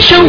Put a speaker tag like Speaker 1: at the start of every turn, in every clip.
Speaker 1: 生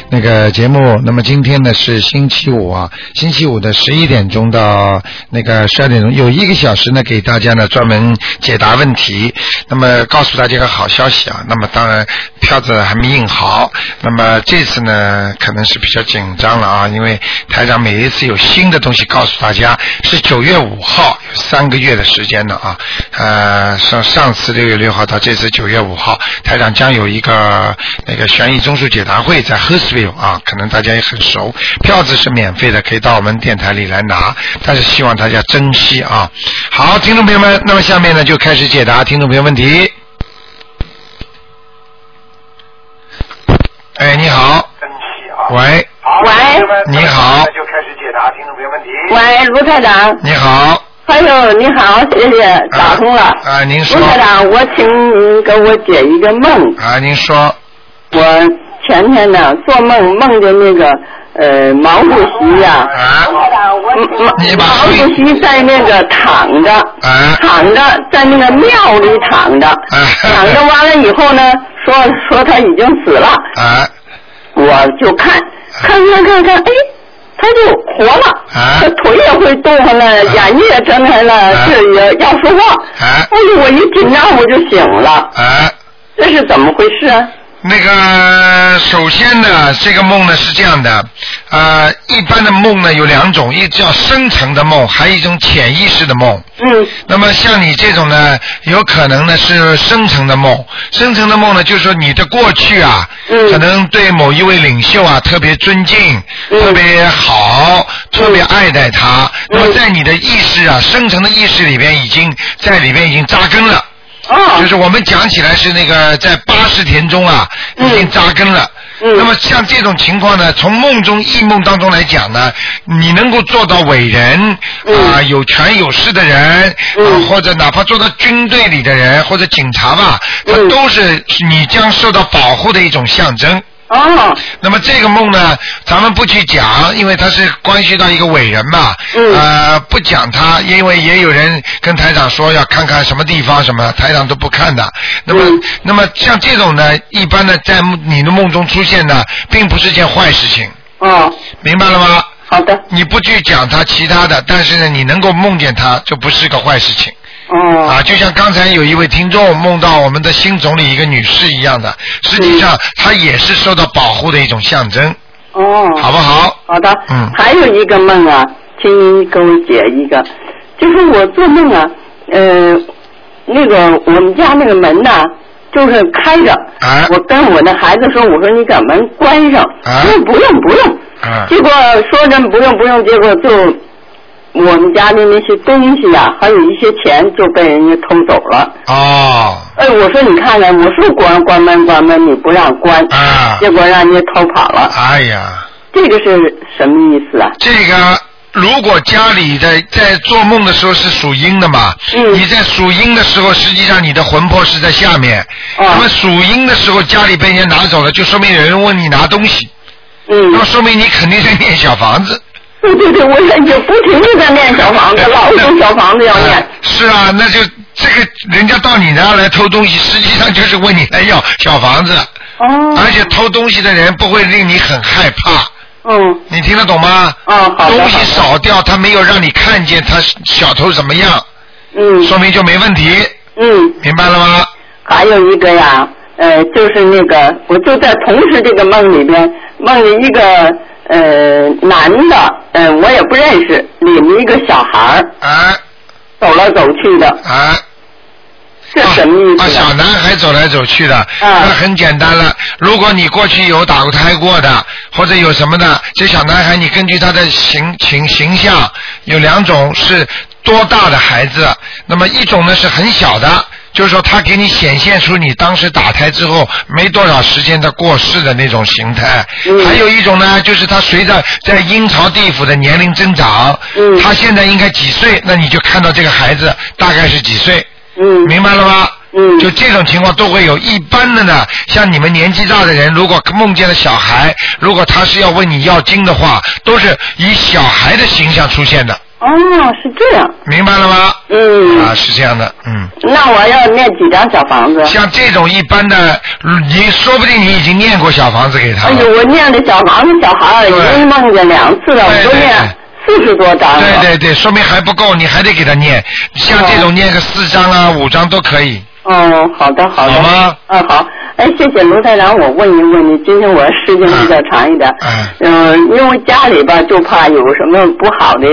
Speaker 2: 那个节目。那么今天呢是星期五啊，星期五的十一点钟到那个十二点钟，有一个小时呢给大家呢专门解答问题。那么告诉大家一个好消息啊，那么当然票子还没印好。那么这次呢可能是比较紧张了啊，因为台长每一次有新的东西告诉大家，是九月五号有三个月的时间了啊。呃，上上次六月六号到这次九月五号，台长将有一个那个悬疑综述解答会在 h e r s v i l l e 啊，可能大家也很熟，票子是免费的，可以到我们电台里来拿，但是希望大家珍惜啊。好，听众朋友们，那么下面呢就开始解答听众朋友问题。哎，你好，
Speaker 3: 珍惜啊。
Speaker 2: 喂，
Speaker 3: 好，
Speaker 4: 喂
Speaker 3: 同学们
Speaker 2: 哎你好
Speaker 3: 那就开始解答听众朋友问题。
Speaker 4: 喂，卢台长，
Speaker 2: 你好，
Speaker 4: 哎呦，你好，谢谢，打通了。
Speaker 2: 啊啊您说
Speaker 4: 卢台长，我请您给我解一个梦。
Speaker 2: 啊，您说，
Speaker 4: 我前天呢做梦，梦见那个呃毛主席呀、
Speaker 2: 啊，
Speaker 4: 嗯
Speaker 2: 你把
Speaker 4: 毛毛主席在那个躺着，
Speaker 2: 啊
Speaker 4: 躺着在那个庙里躺着，躺着完了以后呢，说说他已经死了，
Speaker 2: 啊，
Speaker 4: 我就看，看看看看，哎，他就活了，
Speaker 2: 啊
Speaker 4: 他腿也会动弹了，眼睛也睁开了，
Speaker 2: 啊
Speaker 4: 这也要说话。
Speaker 2: 啊
Speaker 4: 哎呦，我一紧张我就醒了，
Speaker 2: 啊。
Speaker 4: 这是怎么回事啊？
Speaker 2: 那个，首先呢，这个梦呢是这样的，呃，一般的梦呢有两种，一叫深层的梦，还有一种潜意识的梦。
Speaker 4: 嗯
Speaker 2: 那么像你这种呢，有可能呢是深层的梦，深层的梦呢，就是说你的过去啊，
Speaker 4: 嗯
Speaker 2: 可能对某一位领袖啊特别尊敬，
Speaker 4: 嗯
Speaker 2: 特别好，特别爱戴他。那么
Speaker 4: 嗯
Speaker 2: 在你的意识啊，深层的意识里边已经在里边已经扎根了。
Speaker 4: 哦
Speaker 2: 就是我们讲起来是那个在八十田中啊，已
Speaker 4: 嗯
Speaker 2: 经扎根了。
Speaker 4: 嗯
Speaker 2: 那么像这种情况呢，从梦中异梦当中来讲呢，你能够做到伟人啊、
Speaker 4: 嗯
Speaker 2: 有权有势的人啊、
Speaker 4: 嗯
Speaker 2: 或者哪怕做到军队里的人或者警察吧，他
Speaker 4: 嗯
Speaker 2: 都是你将受到保护的一种象征。
Speaker 4: 哦
Speaker 2: 那么这个梦呢，咱们不去讲，因为它是关系到一个伟人嘛。
Speaker 4: 嗯
Speaker 2: 呃，不讲他，因为也有人跟台长说要看看什么地方什么，台长都不看的。那么，
Speaker 4: 嗯
Speaker 2: 那么像这种呢，一般呢，在你的梦中出现呢，并不是件坏事情，
Speaker 4: 哦，
Speaker 2: 明白了吗？
Speaker 4: 好的，
Speaker 2: 你不去讲它其他的，但是呢，你能够梦见它，就不是个坏事情。
Speaker 4: 哦
Speaker 2: 啊，就像刚才有一位听众梦到我们的新总理一个女士一样的，实际
Speaker 4: 嗯
Speaker 2: 上她也是受到保护的一种象征。
Speaker 4: 哦，
Speaker 2: 好不好？
Speaker 4: 好的，
Speaker 2: 嗯
Speaker 4: 还有一个梦啊，请您给我解一个，就是我做梦啊，呃，那个我们家那个门呐、就是开着，
Speaker 2: 哎
Speaker 4: 我跟我那孩子说，我说你把门关上，
Speaker 2: 哎
Speaker 4: 说不用不用，
Speaker 2: 嗯
Speaker 4: 结果说着不用不用，结果就我们家的那些东西啊，还有一些钱就被人家偷走了。
Speaker 2: 哦，
Speaker 4: 哎，我说你看看，我说关关门关门，你不让关，
Speaker 2: 啊，
Speaker 4: 结果让人家偷跑了，
Speaker 2: 哎呀，
Speaker 4: 这个是什么意思啊？
Speaker 2: 这个如果家里在在做梦的时候是属阴的嘛，
Speaker 4: 嗯
Speaker 2: 你在属阴的时候，实际上你的魂魄是在下面，
Speaker 4: 哦
Speaker 2: 那么属阴的时候家里被人家拿走了，就说明有人问你拿东西，
Speaker 4: 嗯
Speaker 2: 那，么说明你肯定在念小房子。
Speaker 4: 对对对，我也就不停的在念小房子，老是小房子要
Speaker 2: 哎
Speaker 4: 念。
Speaker 2: 是啊，那就这个人家到你那儿来偷东西，实际上就是问你来要小房子，
Speaker 4: 哦，
Speaker 2: 哎而且偷东西的人不会令你很害怕，
Speaker 4: 嗯，
Speaker 2: 你听得懂吗？
Speaker 4: 哦，好的，
Speaker 2: 东西
Speaker 4: 好的
Speaker 2: 少掉，他没有让你看见他小偷怎么样，
Speaker 4: 嗯
Speaker 2: 说明就没问题，
Speaker 4: 嗯，
Speaker 2: 明白了吗？
Speaker 4: 还有一个呀，呃，就是那个，我就在同时这个梦里边，梦见一个呃男的，呃，我也不认识，领着一个小孩儿
Speaker 2: 啊
Speaker 4: 走来走去的，
Speaker 2: 啊！
Speaker 4: 这什么意
Speaker 2: 啊，
Speaker 4: 思
Speaker 2: 小
Speaker 4: 啊？
Speaker 2: 男孩走来走去的，那很简单了。如果你过去有打过胎过的，或者有什么的，这小男孩，你根据他的形形形象，有两种是多大的孩子，那么一种呢是很小的。就是说，他给你显现出你当时打胎之后没多少时间的过世的那种形态，
Speaker 4: 嗯
Speaker 2: 还有一种呢，就是他随着在阴曹地府的年龄增长，
Speaker 4: 嗯
Speaker 2: 他现在应该几岁，那你就看到这个孩子大概是几岁，
Speaker 4: 嗯，
Speaker 2: 明白了吗？
Speaker 4: 嗯
Speaker 2: 就这种情况都会有。一般的呢，像你们年纪大的人，如果梦见了小孩，如果他是要问你要经的话，都是以小孩的形象出现的，
Speaker 4: 哦，是这样，
Speaker 2: 明白了吗？
Speaker 4: 嗯，
Speaker 2: 啊，是这样的，嗯。
Speaker 4: 那我要念几张小房子？
Speaker 2: 像这种一般的，你说不定你已经念过小房子给他
Speaker 4: 哎
Speaker 2: 了。
Speaker 4: 呦，我念的小房子小孩儿已
Speaker 2: 啊对
Speaker 4: 经梦见两次了，我
Speaker 2: 对
Speaker 4: 都
Speaker 2: 对
Speaker 4: 念四十多张了。
Speaker 2: 对对对，说明还不够，你还得给他念。像这种念个四张啊、五张都可以。
Speaker 4: 哦，好的好的。
Speaker 2: 好吗
Speaker 4: 嗯，好。哎，谢谢卢台长，我问一问你，今天我时间比较长一点。
Speaker 2: 嗯
Speaker 4: 嗯、因为家里吧，就怕有什么不好的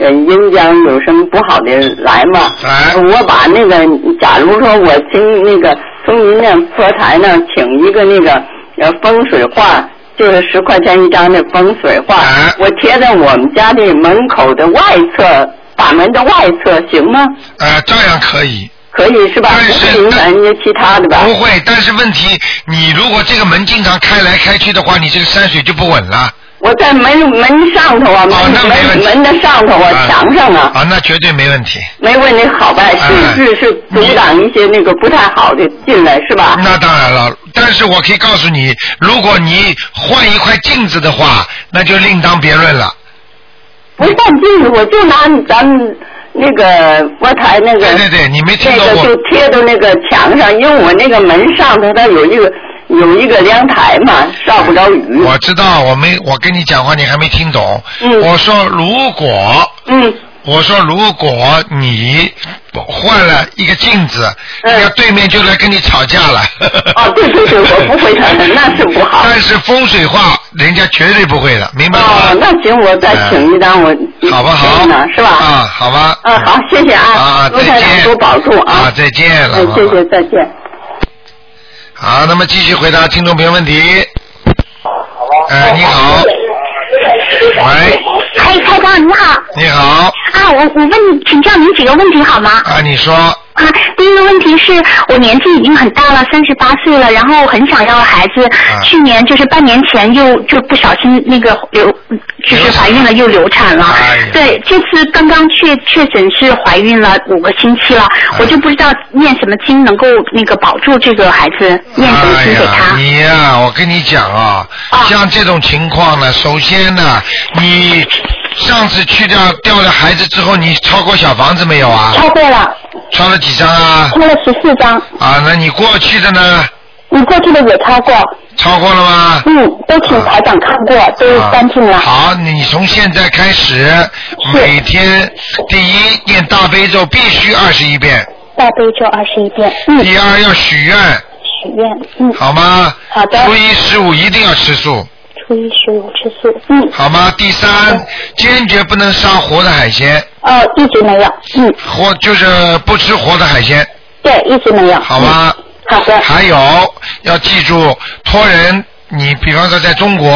Speaker 4: 呃阴阳，有什么不好的来嘛。
Speaker 2: 哎
Speaker 4: 我把那个，假如说我请那个从您那佛台那儿请一个那个呃风水画。就是十块钱一张的风水画，
Speaker 2: 哎
Speaker 4: 我贴在我们家的门口的外侧，把门的外侧行吗？
Speaker 2: 呃，照样可以，
Speaker 4: 可以是吧？
Speaker 2: 但是
Speaker 4: 不会影响人家其他的吧？
Speaker 2: 不会。但是问题，你如果这个门经常开来开去的话，你这个山水就不稳了。
Speaker 4: 我在门门上头啊，门、
Speaker 2: 哦那没问
Speaker 4: 门
Speaker 2: 题
Speaker 4: 门的上头啊，墙上啊，
Speaker 2: 啊，那绝对没问题。
Speaker 4: 没问题，好吧？
Speaker 2: 哎
Speaker 4: 是是是阻挡一些那个不太好的进来是吧？
Speaker 2: 那当然了，但是我可以告诉你，如果你换一块镜子的话，那就另当别论了。
Speaker 4: 不放进去，我就拿咱们那个佛台那个
Speaker 2: 对对对，你没听到
Speaker 4: 那
Speaker 2: 过
Speaker 4: 个就贴到那个墙上，因为我那个门上头它有一个有一个阳台嘛，烧不着雨。
Speaker 2: 我知道，我没，我跟你讲话你还没听懂。
Speaker 4: 嗯
Speaker 2: 我说如果，
Speaker 4: 嗯
Speaker 2: 我说如果你换了一个镜子，
Speaker 4: 嗯
Speaker 2: 那对面就来跟你吵架了。
Speaker 4: 哦对对对我不会的 那是不好
Speaker 2: 但是风水画，人家绝对不会的，明白吗？
Speaker 4: 哦，那行，我再请一张，我
Speaker 2: 哎好不好
Speaker 4: 请呢？是吧？
Speaker 2: 啊，好吧。
Speaker 4: 嗯，好，谢谢啊
Speaker 2: 啊，，
Speaker 4: 卢
Speaker 2: 再
Speaker 4: 台长
Speaker 2: 见。
Speaker 4: 多保重
Speaker 2: 啊，再见了。
Speaker 4: 哎，谢谢，再见。
Speaker 2: 好，那么继续回答听众朋友问题。
Speaker 4: 哦
Speaker 2: 哎，你好。喂，
Speaker 5: 哎，台长你好
Speaker 2: 你好。
Speaker 5: 啊，我我问你请教您几个问题好吗？
Speaker 2: 啊，你说。
Speaker 5: 啊，第一个问题是我年纪已经很大了，三十八岁了，然后很想要孩子，
Speaker 2: 啊
Speaker 5: 去年就是半年前又就不小心那个流，就是怀孕了又流产了，
Speaker 2: 哎呀
Speaker 5: 对，这次刚刚确确诊是怀孕了五个星期了，
Speaker 2: 哎
Speaker 5: 我就不知道念什么经能够那个保住这个孩子，念什么
Speaker 2: 哎
Speaker 5: 经给他
Speaker 2: 呀，？你呀、我跟你讲啊，
Speaker 5: 啊
Speaker 2: 像这种情况呢，首先呢，你上次去掉掉了孩子之后，你超过小房子没有啊？
Speaker 5: 超过了，
Speaker 2: 超了几张啊？
Speaker 5: 超了十四张，
Speaker 2: 啊，那你过去的呢？
Speaker 5: 你过去的也超过，
Speaker 2: 超过了吗？
Speaker 5: 嗯，都请
Speaker 2: 台
Speaker 5: 长看过，
Speaker 2: 啊好，你从现在开始，每天第一念大悲咒必须二十一遍，
Speaker 5: 大悲咒二十一遍，嗯，
Speaker 2: 第二要许愿，
Speaker 5: 许愿，嗯，
Speaker 2: 好吗？
Speaker 5: 好的
Speaker 2: 初一十五一定要吃素，
Speaker 5: 初一十五吃素，嗯，
Speaker 2: 好吗？第三，坚决不能杀活的海鲜，
Speaker 5: 哦，一直没有，嗯，
Speaker 2: 活就是不吃活的海鲜，
Speaker 5: 对，一直没有，
Speaker 2: 好吗？
Speaker 5: 嗯？好的，
Speaker 2: 还有要记住，托人，你比方说在中国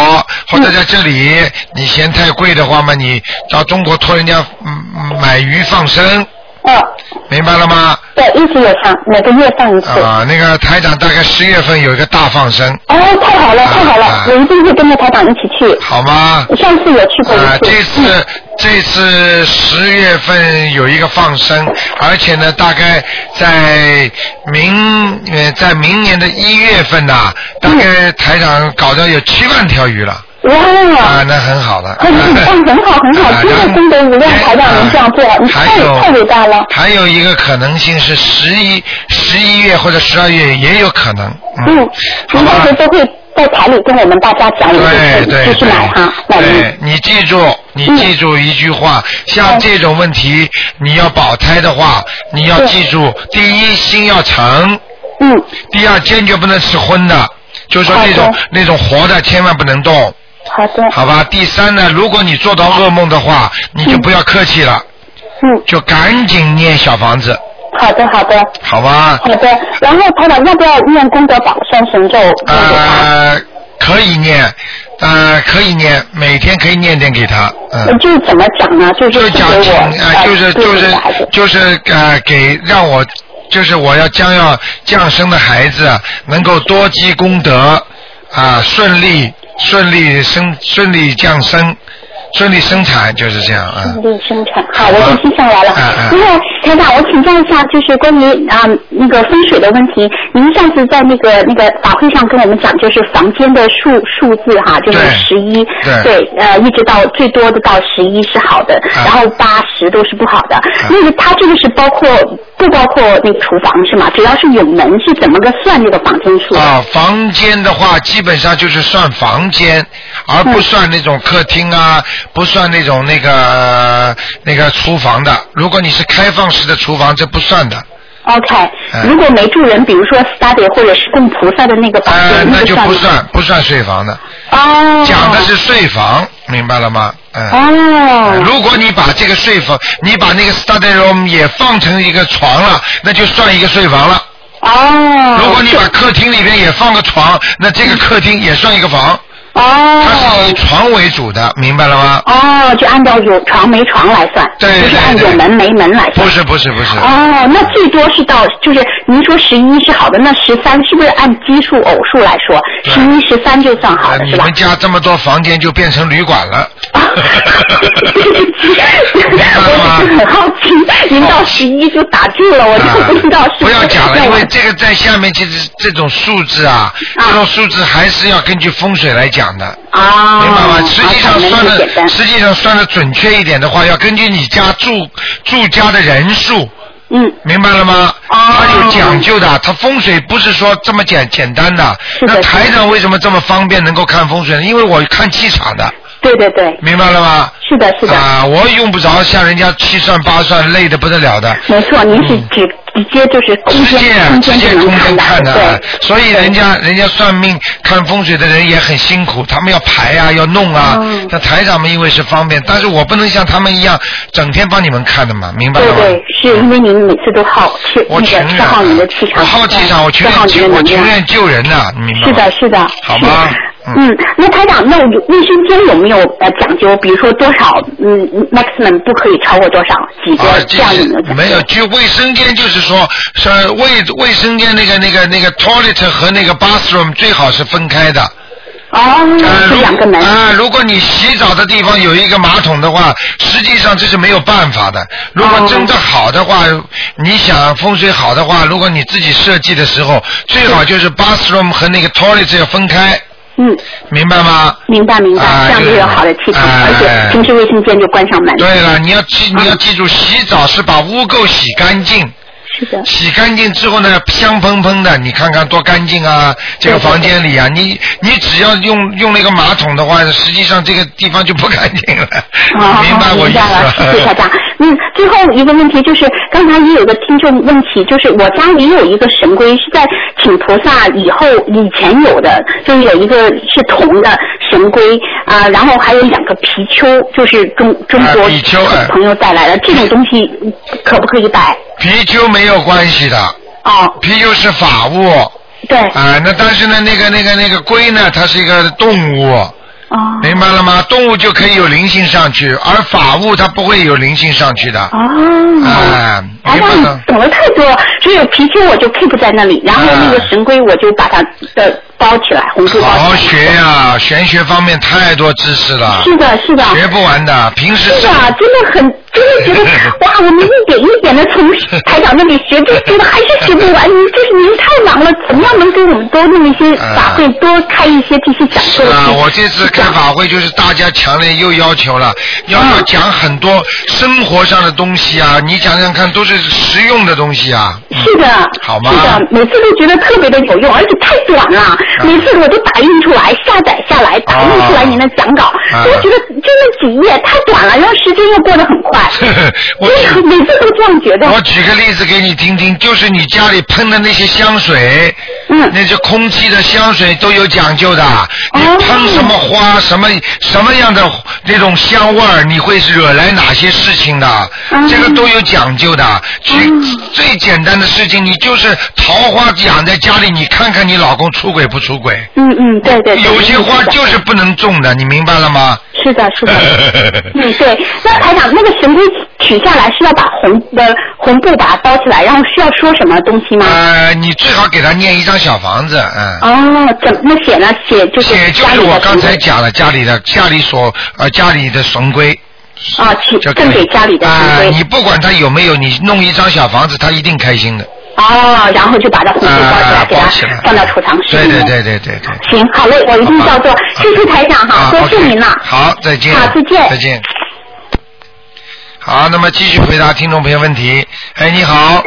Speaker 2: 或者在这里，你嫌太贵的话嘛，你到中国托人家嗯嗯买鱼放生，
Speaker 5: 哦，
Speaker 2: 明白了吗？
Speaker 5: 对，一直有上，每个月上一次。
Speaker 2: 啊，那个台长大概十月份有一个大放生，
Speaker 5: 哦，太好了，太好
Speaker 2: 啊
Speaker 5: 了，我一定会跟着台长一起去。
Speaker 2: 好吗？
Speaker 5: 上次也去过
Speaker 2: 啊，
Speaker 5: 一
Speaker 2: 这
Speaker 5: 次，嗯，
Speaker 2: 次这次十月份有一个放生，而且呢，大概在明呃在明年的一月份呐、大
Speaker 5: 嗯
Speaker 2: 概台长搞到有七万条鱼了。啊，
Speaker 5: 哇，
Speaker 2: 那很好了。
Speaker 5: 很很很好很好
Speaker 2: 啊
Speaker 5: 真的
Speaker 2: 然后
Speaker 5: 功德无量
Speaker 2: 哎
Speaker 5: 台长您这样做
Speaker 2: 啊
Speaker 5: 你太
Speaker 2: 还有
Speaker 5: 太伟大了
Speaker 2: 还有一个可能性是十一十一月或者十二月也有可能。
Speaker 5: 嗯，
Speaker 2: 好
Speaker 5: 您到
Speaker 2: 吧
Speaker 5: 时候。都会在台里跟我们大家讲一
Speaker 2: 对
Speaker 5: 遍，
Speaker 2: 对
Speaker 5: 就去
Speaker 2: 对
Speaker 5: 买哈，，买鱼
Speaker 2: 对。你记住，你记住一句话，像
Speaker 5: 嗯
Speaker 2: 这种问题，你要保胎的话，你要
Speaker 5: 对
Speaker 2: 记住，第一心要诚，
Speaker 5: 嗯，
Speaker 2: 第二坚决不能吃荤的，就是说
Speaker 5: 好
Speaker 2: 那种
Speaker 5: 的
Speaker 2: 那种活的千万不能动，
Speaker 5: 好的，
Speaker 2: 好吧？第三呢，如果你做到噩梦的话，你就不要客气了，
Speaker 5: 嗯，
Speaker 2: 就赶紧念小房子，
Speaker 5: 好的，好的。
Speaker 2: 好吧？
Speaker 5: 好的，然后台长要不要念功德宝山神咒？呃，
Speaker 2: 呃，可以念，呃，可以念，每天可以念点给他，嗯。
Speaker 5: 就是怎么讲呢？就是
Speaker 2: 就
Speaker 5: 给
Speaker 2: 讲请
Speaker 5: 我
Speaker 4: 哎
Speaker 2: 啊，
Speaker 5: 呃
Speaker 2: 就是
Speaker 5: 对
Speaker 2: 就
Speaker 5: 我
Speaker 2: 是
Speaker 5: 的孩子
Speaker 2: 就是呃，给让我就是我要将要降生的孩子能够多积功德啊，顺利顺利生顺利降生，顺利生产就是这样啊。
Speaker 5: 顺利生产，好，我都记下来了
Speaker 2: 嗯嗯。
Speaker 5: 另外，台长，我请教一下，就是关于啊、那个风水的问题。您上次在那个那个法会上跟我们讲，就是房间的数数字哈，就是
Speaker 2: 对
Speaker 5: 十一，
Speaker 2: 对
Speaker 5: 呃，一直到最多的到十一是好的，
Speaker 2: 嗯
Speaker 5: 然后八十都是不好的。那个它这个是包括不包括那个厨房是吗？只要是有门是怎么个算这个房间数？
Speaker 2: 啊，房间的话，基本上就是算房间，而不算那种客厅啊，不算那种那个那个厨房的。如果你是开放式的厨房，这不算的。
Speaker 5: OK，、
Speaker 2: 嗯
Speaker 5: 如果没住人，比如说 study 或者是供菩萨的啊那个房间，
Speaker 2: 呃，那
Speaker 5: 个
Speaker 2: 就不
Speaker 5: 吗
Speaker 2: 算不算睡房的，
Speaker 5: 哦，
Speaker 2: 讲的是睡房，明白了吗？嗯。
Speaker 5: 哦，
Speaker 2: 如果你把这个睡房，你把那个 study room 也放成一个床了，那就算一个睡房了。
Speaker 5: 哦，
Speaker 2: 如果你把客厅里边也放个床，那这个客厅也算一个房，它是以
Speaker 5: 哦
Speaker 2: 床为主的，明白了吗？
Speaker 5: 哦，就按照有床没床来算，
Speaker 2: 对
Speaker 5: 不是
Speaker 2: 对
Speaker 5: 按
Speaker 2: 对
Speaker 5: 有门没门来算
Speaker 2: 不。是不是不是，
Speaker 5: 哦，那最多是到就是您说十一是好的，那十三是不是按基数偶数来说，
Speaker 2: 对
Speaker 5: 十一十三就算好
Speaker 2: 呃
Speaker 5: 的
Speaker 2: 你
Speaker 5: 是吧
Speaker 2: 们？家这么多房间就变成旅馆了。
Speaker 5: 啊
Speaker 2: 明白了吗
Speaker 5: 我只是很好奇，您到十一就打住了，我
Speaker 2: 啊
Speaker 5: 就不知道是
Speaker 2: 不要讲了，
Speaker 5: 要
Speaker 2: 因为这个在下面其实这种数字啊，这种数字还是要根据风水来讲的。
Speaker 5: 啊，
Speaker 2: 明白吗？实际上算
Speaker 5: 的简单
Speaker 2: 的，，实际上算的准确一点的话，要根据你家住住家的人数，
Speaker 5: 嗯，
Speaker 2: 明白了吗？
Speaker 5: 哦
Speaker 2: 它有讲究的，它风水不是说这么简简单的。
Speaker 5: 的
Speaker 2: 那
Speaker 5: 是的
Speaker 2: 台长为什么这么方便能够看风水呢？因为我看气场的，
Speaker 5: 对对对，
Speaker 2: 明白了吗？
Speaker 5: 是的，是的。
Speaker 2: 啊，我用不着像人家七算八算，累得不得了的。
Speaker 5: 没错，您是指直接就是空
Speaker 2: 嗯直接啊
Speaker 5: 间，空
Speaker 2: 直
Speaker 5: 间
Speaker 2: 接
Speaker 5: 就能
Speaker 2: 空间
Speaker 5: 看
Speaker 2: 看
Speaker 5: 到
Speaker 2: 的
Speaker 5: 的
Speaker 2: 啊，，所以人家人家算命看风水的人也很辛苦，他们要排啊，要弄啊
Speaker 5: 嗯。
Speaker 2: 那、台长们因为是方便，但是我不能像他们一样整天帮你们看的嘛，明白
Speaker 5: 对
Speaker 2: 了吗？
Speaker 5: 对对，是因为您每次都耗气，
Speaker 2: 我
Speaker 5: 那个
Speaker 2: 情
Speaker 5: 消
Speaker 2: 愿，啊
Speaker 5: 耗你的气场，
Speaker 2: 我好气场，我情
Speaker 5: 消耗
Speaker 2: 愿
Speaker 5: 你
Speaker 2: 救，
Speaker 5: 的
Speaker 2: 我
Speaker 5: 能
Speaker 2: 情
Speaker 5: 量。
Speaker 2: 愿救人呐、你明白
Speaker 5: 是
Speaker 2: 吗？
Speaker 5: 的，是的，
Speaker 2: 好吗嗯
Speaker 5: 是嗯，那台长，那我有卫生间有没有呃讲究？比如说多少，嗯，maximum 不可以超过多少几个
Speaker 2: 啊，
Speaker 5: 这样有没有
Speaker 2: 是
Speaker 5: 讲究？
Speaker 2: 没有，就卫生间就是说，是卫卫生间那个那个那个 toilet 和那个 bathroom 最好是分开的。
Speaker 5: 哦，
Speaker 2: 呃，
Speaker 5: 是
Speaker 2: 如
Speaker 5: 两个门。
Speaker 2: 啊、如果你洗澡的地方有一个马桶的话，实际上这是没有办法的。如
Speaker 5: 哦
Speaker 2: 果真的好的话，你想风水好的话，如果你自己设计的时候，最好就是 bathroom 和那个 toilet 要分开，
Speaker 5: 嗯，
Speaker 2: 明白吗？
Speaker 5: 明白明白，
Speaker 2: 啊
Speaker 5: 这样就
Speaker 2: 对
Speaker 5: 有好的气场，
Speaker 2: 哎
Speaker 5: 而且平时卫生间就关上门。
Speaker 2: 对了，你要记你要记住，洗澡是把污垢洗干净，
Speaker 5: 是的。
Speaker 2: 洗干净之后呢，香喷喷的，你看看多干净啊！这个
Speaker 5: 对对
Speaker 2: 房间里啊，你你只要用用那个马桶的话，实际上这个地方就不干净了。
Speaker 5: 哦，
Speaker 2: 明白我意
Speaker 5: 明
Speaker 2: 思
Speaker 5: 白了，
Speaker 2: 吧？
Speaker 5: 谢谢台长。嗯，最后一个问题就是，刚才也有个听众问起，就是我家里有一个神龟是在请菩萨以后以前有的，就是有一个是铜的神龟啊、然后还有两个貔貅，就是中中
Speaker 2: 啊
Speaker 5: 国
Speaker 2: 貔貅哎
Speaker 5: 朋友带来的，这种东西可不可以摆？
Speaker 2: 貔貅没有关系的，
Speaker 5: 哦，
Speaker 2: 貔貅是法物啊、
Speaker 5: 对，
Speaker 2: 那但是呢，那个那个那个龟呢，它是一个动物，
Speaker 5: 哦。
Speaker 2: 明白了吗？动物就可以有灵性上去，而法物它不会有灵性上去的。
Speaker 5: 哦，
Speaker 2: 哎
Speaker 5: 台
Speaker 2: 明白
Speaker 5: 长
Speaker 2: 了
Speaker 5: 懂了太多，只有貔貅我就 keep 在那里，然后那个
Speaker 2: 哎
Speaker 5: 神龟我就把它的包起来，红布包起来。
Speaker 2: 好好学呀、玄学方面太多知识了，
Speaker 5: 是的，是的，
Speaker 2: 啊学不完的。平时
Speaker 5: 是啊
Speaker 2: 生
Speaker 5: 的，真的很，真 的觉得哇，我们一点一点的从台长那里学，就觉得还是学不完。您就是您太忙了，怎么样能给我们多弄一些法会，多开一些这些讲座？
Speaker 2: 哎啊，我这次开法会就是大家强烈又要求了，要
Speaker 5: 嗯
Speaker 2: 要讲很多生活上的东西啊，你想想看，都是实用的东西啊。嗯
Speaker 5: 是的，
Speaker 2: 好吗
Speaker 5: 是的，每次都觉得特别的有用，而且太短
Speaker 2: 啊
Speaker 5: 了，每次我都打印出来，下载下来，打印出来您的讲稿，
Speaker 2: 啊
Speaker 5: 我觉得真的几页太短了，然后时间又过得很快，
Speaker 2: 我
Speaker 5: 对，每次都这样觉得。
Speaker 2: 我举个例子给你听听，就是你家里喷的那些香水，
Speaker 5: 嗯
Speaker 2: 那些空气的香水都有讲究的。
Speaker 5: 哦
Speaker 2: 你喷什么花，什么什么样的那种香味儿，你会惹来哪些事情的？
Speaker 5: 嗯
Speaker 2: 这个都有讲究的。最、最简单的事情，你就是桃花养在家里，你看看你老公出轨不出轨？
Speaker 5: 嗯嗯，对对对，
Speaker 2: 有些
Speaker 5: 是
Speaker 2: 花
Speaker 5: 的
Speaker 2: 就是不能种的，你明白了吗？
Speaker 5: 是是的，是的。嗯，对。那台长，那个神龟取下来是要把红呃红布把它包起来，然后需要说什么东西 吗？
Speaker 2: 呃，你最好给他念一张小房子，嗯。
Speaker 5: 哦，怎么写呢？写就是
Speaker 2: 写就
Speaker 5: 家
Speaker 2: 是
Speaker 5: 里的
Speaker 2: 我刚
Speaker 5: 神
Speaker 2: 才
Speaker 5: 龟
Speaker 2: 讲了，家里的家里所呃家里的神龟
Speaker 5: 啊，请
Speaker 2: 就可以
Speaker 5: 赠给家里的
Speaker 2: 啊、
Speaker 5: 神龟
Speaker 2: 你。不管他有没有，你弄一张小房子，他一定开心的。
Speaker 5: 哦，然后就把它红布包起
Speaker 2: 啊
Speaker 5: 来，，给
Speaker 2: 包
Speaker 5: 它
Speaker 2: 起来，
Speaker 5: 放到储藏室
Speaker 2: 对
Speaker 5: 里
Speaker 2: 对
Speaker 5: 面。
Speaker 2: 对对对对。
Speaker 5: 行，好嘞，我一定照做
Speaker 2: 好吧。
Speaker 5: 谢谢台长
Speaker 2: 啊
Speaker 5: 哈，多谢
Speaker 2: OK，
Speaker 5: 您了。
Speaker 2: 好，再见。
Speaker 5: 好再见
Speaker 2: 再见。好，那么继续回答听众朋友问题。哎，你好。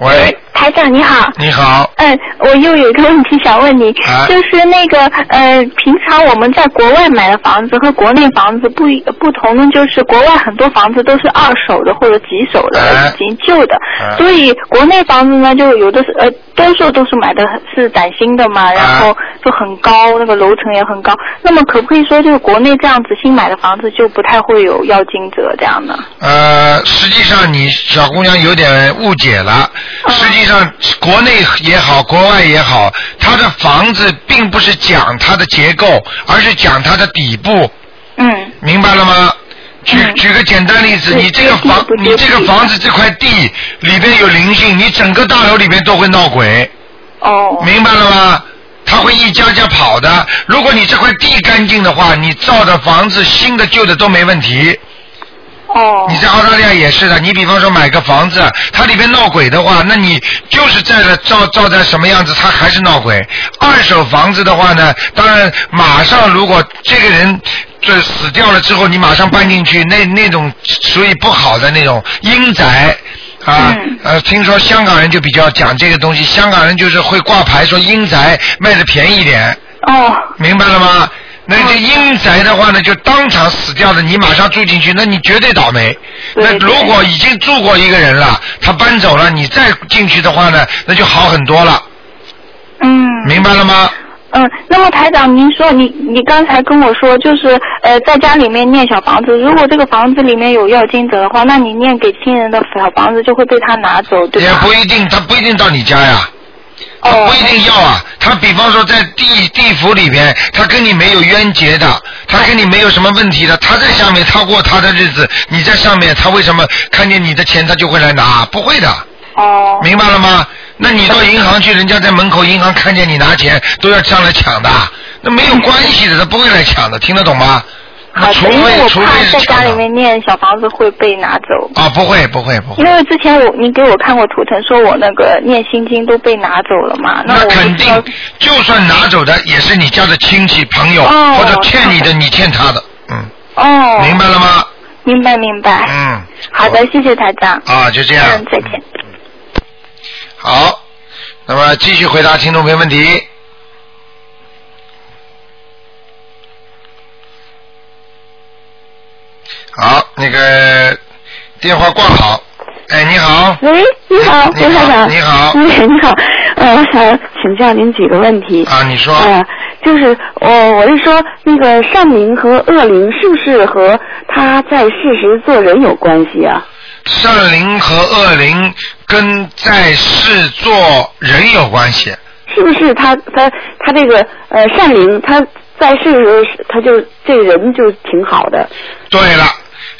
Speaker 2: 喂，
Speaker 6: 台长你好。
Speaker 2: 你好。
Speaker 6: 嗯，我又有一个问题想问你，
Speaker 2: 啊
Speaker 6: 就是那个呃，平常我们在国外买的房子和国内房子不一不同的，就是国外很多房子都是二手的或者几手的，
Speaker 2: 啊
Speaker 6: 已经旧的，
Speaker 2: 啊
Speaker 6: 所以国内房子呢，就有的是呃，多数都是买的是崭新的嘛，然后就很高，那个楼层也很高。那么可不可以说，就是国内这样子新买的房子就不太会有要金者这样的？
Speaker 2: 呃，实际上你小姑娘有点误解了。
Speaker 6: 嗯
Speaker 2: 实际上，国内也好，国外也好，它的房子并不是讲它的结构，而是讲它的底部，
Speaker 6: 嗯
Speaker 2: 明白了吗？举
Speaker 6: 嗯
Speaker 2: 举个简单例子，
Speaker 6: 对
Speaker 2: 你这个
Speaker 6: 对
Speaker 2: 房
Speaker 6: 地，不
Speaker 2: 你
Speaker 6: 接
Speaker 2: 这个
Speaker 6: 地
Speaker 2: 房子这块地里边有灵性，你整个大楼里边都会闹鬼，
Speaker 6: 哦
Speaker 2: 明白了吗？它会一家家跑的。如果你这块地干净的话，你造的房子新的旧的都没问题。
Speaker 6: 哦
Speaker 2: 你在澳大利亚也是的，你比方说买个房子，它里边闹鬼的话，那你就是在了造造在什么样子，它还是闹鬼。二手房子的话呢，当然马上如果这个人这死掉了之后，你马上搬进去，那那种属于不好的那种阴宅。啊
Speaker 6: 嗯，
Speaker 2: 呃，听说香港人就比较讲这个东西，香港人就是会挂牌说阴宅卖的便宜一点，
Speaker 6: 哦。
Speaker 2: 明白了吗？那这阴宅的话呢，就当场死掉的，你马上住进去，那你绝对倒霉。
Speaker 6: 对
Speaker 2: 那如果已经住过一个人了，他搬走了，你再进去的话呢，那就好很多了，
Speaker 6: 嗯，
Speaker 2: 明白了吗？
Speaker 6: 嗯，那么台长，您说你你刚才跟我说，就是呃，在家里面念小房子，如果这个房子里面有要经者的话，那你念给亲人的小房子就会被他拿走，对
Speaker 2: 也
Speaker 6: 吧？
Speaker 2: 不一定，他不一定到你家呀，他
Speaker 6: 哦
Speaker 2: 不一定要啊。他比方说在地地府里边，他跟你没有冤结的，他跟你没有什么问题的，他在下面他过他的日子，你在上面，他为什么看见你的钱他就会来拿？不会的。
Speaker 6: 哦
Speaker 2: 明白了吗？那你到银行去，人家在门口银行看见你拿钱，都要上来抢的，那没有关系的，他不会来抢的，听得懂吗？
Speaker 6: 好
Speaker 2: 除
Speaker 6: 的，啊呃因为
Speaker 2: 非
Speaker 6: 我
Speaker 2: 除非
Speaker 6: 怕在
Speaker 2: 是
Speaker 6: 家
Speaker 2: 抢
Speaker 6: 里
Speaker 2: 的。
Speaker 6: 面念小房子会被拿走。
Speaker 2: 啊，不会不会不
Speaker 6: 因
Speaker 2: 会，
Speaker 6: 为之前我你给我看过图腾，说我那个念心经都被拿走了嘛，我不
Speaker 2: 肯
Speaker 6: 知道
Speaker 2: 定，就算拿走的也是你家的亲戚朋友，
Speaker 6: 哦
Speaker 2: 或者欠你的你欠他的，嗯，
Speaker 6: 哦，
Speaker 2: 明白了吗？
Speaker 6: 明白明白，
Speaker 2: 嗯，
Speaker 6: 好的，谢谢台长，
Speaker 2: 啊，就这样，
Speaker 6: 嗯，再见。
Speaker 2: 好，那么继续回答听众朋友问题。好，那个电话挂好。哎，你好，
Speaker 4: 喂，你好，
Speaker 2: 你
Speaker 4: 刘
Speaker 2: 好
Speaker 4: 台长。
Speaker 2: 你好
Speaker 4: 喂，
Speaker 5: 嗯
Speaker 4: 你好。呃，我想请教您几个问题。
Speaker 2: 啊，你说，
Speaker 4: 呃，就是我、我是说，那个善灵和恶灵是不是和他在世时做人有关系啊？
Speaker 2: 善灵和恶灵跟在世做人有关系。
Speaker 4: 是不是他他他这个呃善灵他在世时候是他就这个人就挺好的，
Speaker 2: 对了。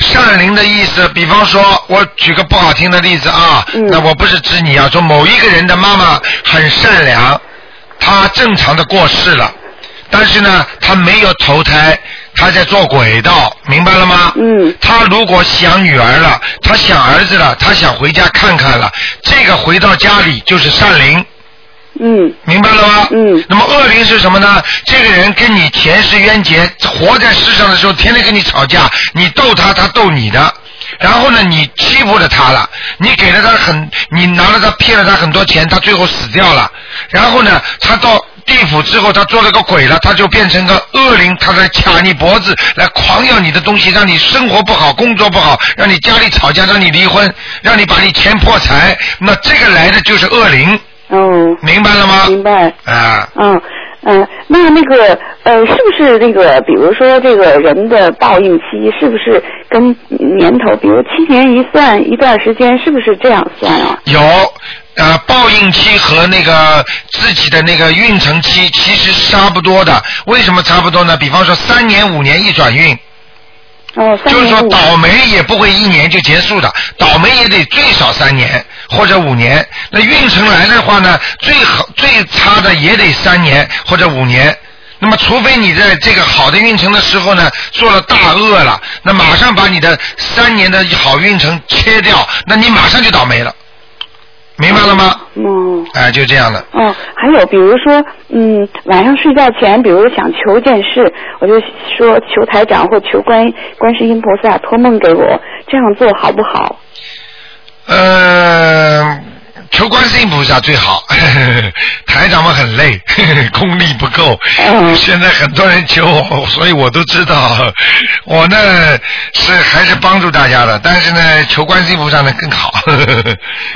Speaker 2: 善灵的意思，比方说，我举个不好听的例子啊，
Speaker 4: 嗯
Speaker 2: 那我不是指你啊，说某一个人的妈妈很善良，她正常的过世了，但是呢，她没有投胎，她在做轨道，明白了吗？
Speaker 4: 嗯
Speaker 2: 她如果想女儿了，她想儿子了，她想回家看看了，这个回到家里就是善灵，
Speaker 4: 嗯
Speaker 2: 明白了吗？
Speaker 4: 嗯
Speaker 2: 那么恶灵是什么呢？这个人跟你前世冤结，活在世上的时候天天跟你吵架，你斗他，他斗你的。然后呢，你欺负了他了，你给了他很，你拿了他骗了他很多钱，他最后死掉了。然后呢，他到地府之后，他做了个鬼了，他就变成个恶灵，他在卡你脖子，来狂要你的东西，让你生活不好，工作不好，让你家里吵架，让你离婚，让你把你钱破财。那这个来的就是恶灵，
Speaker 4: 哦，
Speaker 2: 明白了吗？
Speaker 4: 明白。
Speaker 2: 啊，
Speaker 4: 嗯，嗯，那那个呃，是不是那个，比如说这个人的报应期，是不是跟年头，比如七年一算一段时间，是不是这样算啊？
Speaker 2: 有呃报应期和那个自己的那个运程期其实是差不多的。为什么差不多呢？比方说三年五年一转运，
Speaker 7: 哦，三
Speaker 2: 就是
Speaker 7: 年
Speaker 2: 说
Speaker 7: 五
Speaker 2: 倒霉也不会一年就结束的，倒霉也得最少三年或者五年。那运程来的话呢，最好最差的也得三年或者五年。那么，除非你在这个好的运程的时候呢，做了大恶了，那马上把你的三年的好运程切掉，那你马上就倒霉了，明白了吗？
Speaker 7: 嗯。
Speaker 2: 哎，就这样的。
Speaker 7: 哦，还有比如说，嗯，晚上睡觉前，比如想求件事，我就说求台长或求观观世音菩萨托梦给我，这样做好不好？
Speaker 2: 呃，求观世音菩萨最好。 台长们很累， 功力不够。
Speaker 7: 嗯
Speaker 2: 现在很多人求我，所以我都知道。我呢是还是帮助大家的，但是呢，求观世音菩萨呢更好。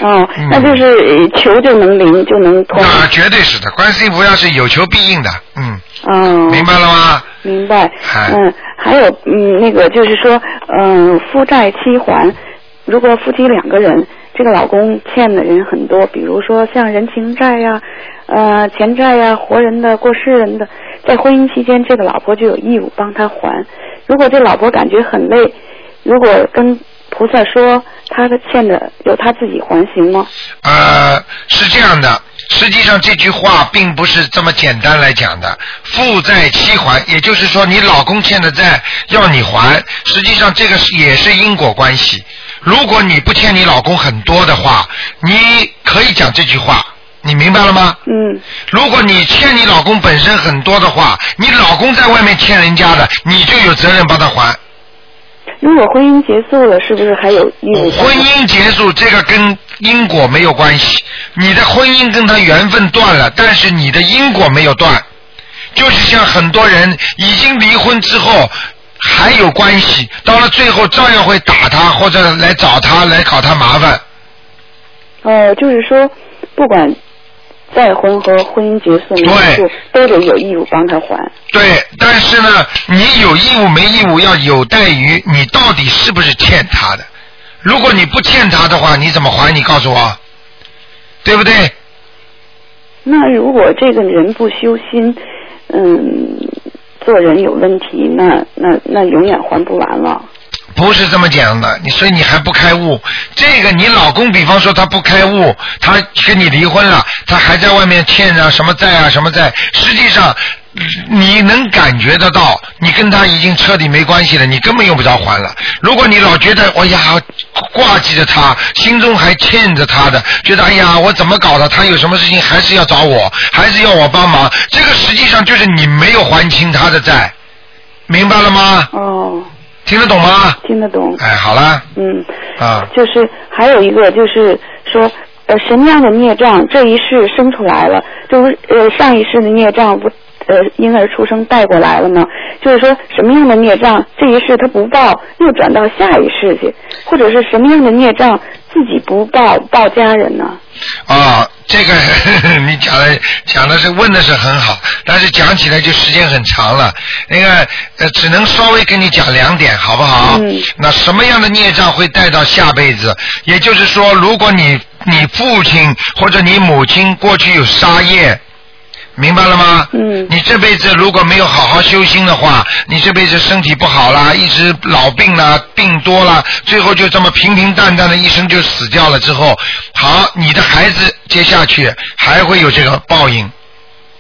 Speaker 7: 哦，
Speaker 2: 嗯
Speaker 7: 那就是呃求就能灵，就
Speaker 4: 嗯
Speaker 7: 能通。
Speaker 2: 那绝对是的，观世音菩萨是有求必应的。嗯，
Speaker 7: 嗯，
Speaker 2: 明白了吗？
Speaker 7: 明白
Speaker 2: 哎。
Speaker 7: 嗯，还有嗯，那个就是说，嗯，夫债妻还。如果夫妻两个人，这个老公欠的人很多，比如说像人情债呀、呃钱债呀、活人的、过世人的，在婚姻期间，这个老婆就有义务帮他还。如果这老婆感觉很累，如果跟菩萨说他的欠的由他自己还行吗？
Speaker 2: 呃，是这样的，实际上这句话并不是这么简单来讲的。父债妻还，也就是说你老公欠的债要你还，实际上这个是也是因果关系。如果你不欠你老公很多的话，你可以讲这句话，你明白了吗？
Speaker 7: 嗯，
Speaker 2: 如果你欠你老公本身很多的话，你老公在外面欠人家的，你就有责任帮他还。
Speaker 7: 如果婚姻结束了，是不是还有义务帮他？
Speaker 2: 婚姻结束，这个跟因果没有关系。你的婚姻跟他缘分断了，但是你的因果没有断。就是像很多人已经离婚之后还有关系，到了最后照样会打他或者来找他来搞他麻烦。
Speaker 7: 哦，就是说，不管再婚和婚姻结束没结束，都得有义务帮他还。
Speaker 2: 对，但是呢，你有义务没义务要有待于你到底是不是欠他的。如果你不欠他的话，你怎么还？你告诉我，对不对？
Speaker 7: 那如果这个人不修心，嗯，做人有问题，那那那永远还不完了。
Speaker 2: 不是这么讲的，你所以你还不开悟。这个你老公，比方说他不开悟，他跟你离婚了，他还在外面欠啊什么债啊什么债，实际上你能感觉得到，你跟他已经彻底没关系了，你根本用不着还了。如果你老觉得哎呀挂记着他，心中还欠着他的，觉得哎呀我怎么搞的，他有什么事情还是要找我，还是要我帮忙，这个实际上就是你没有还清他的债，明白了吗？
Speaker 7: 哦，
Speaker 2: 听得懂吗？
Speaker 7: 听得 懂。
Speaker 2: 哎，好了。
Speaker 7: 嗯，
Speaker 2: 啊，
Speaker 7: 就是还有一个就是说，呃，什么样的孽障这一世生出来了，就是呃上一世的孽障不呃婴儿出生带过来了呢？就是说什么样的孽障这一世他不报，又转到下一世去，或者是什么样的孽障自己不报报家人呢？
Speaker 2: 啊，这个 你讲的讲的是问的是很好，但是讲起来就时间很长了。那个呃，只能稍微跟你讲两点，好不好？
Speaker 7: 嗯
Speaker 2: 那什么样的孽障会带到下辈子？也就是说，如果你你父亲或者你母亲过去有杀业，明白了吗？
Speaker 7: 嗯
Speaker 2: 你这辈子如果没有好好修心的话，你这辈子身体不好啦，一直老病啦，病多啦，最后就这么平平淡淡的一生就死掉了。之后，好，你的孩子接下去还会有这个报应，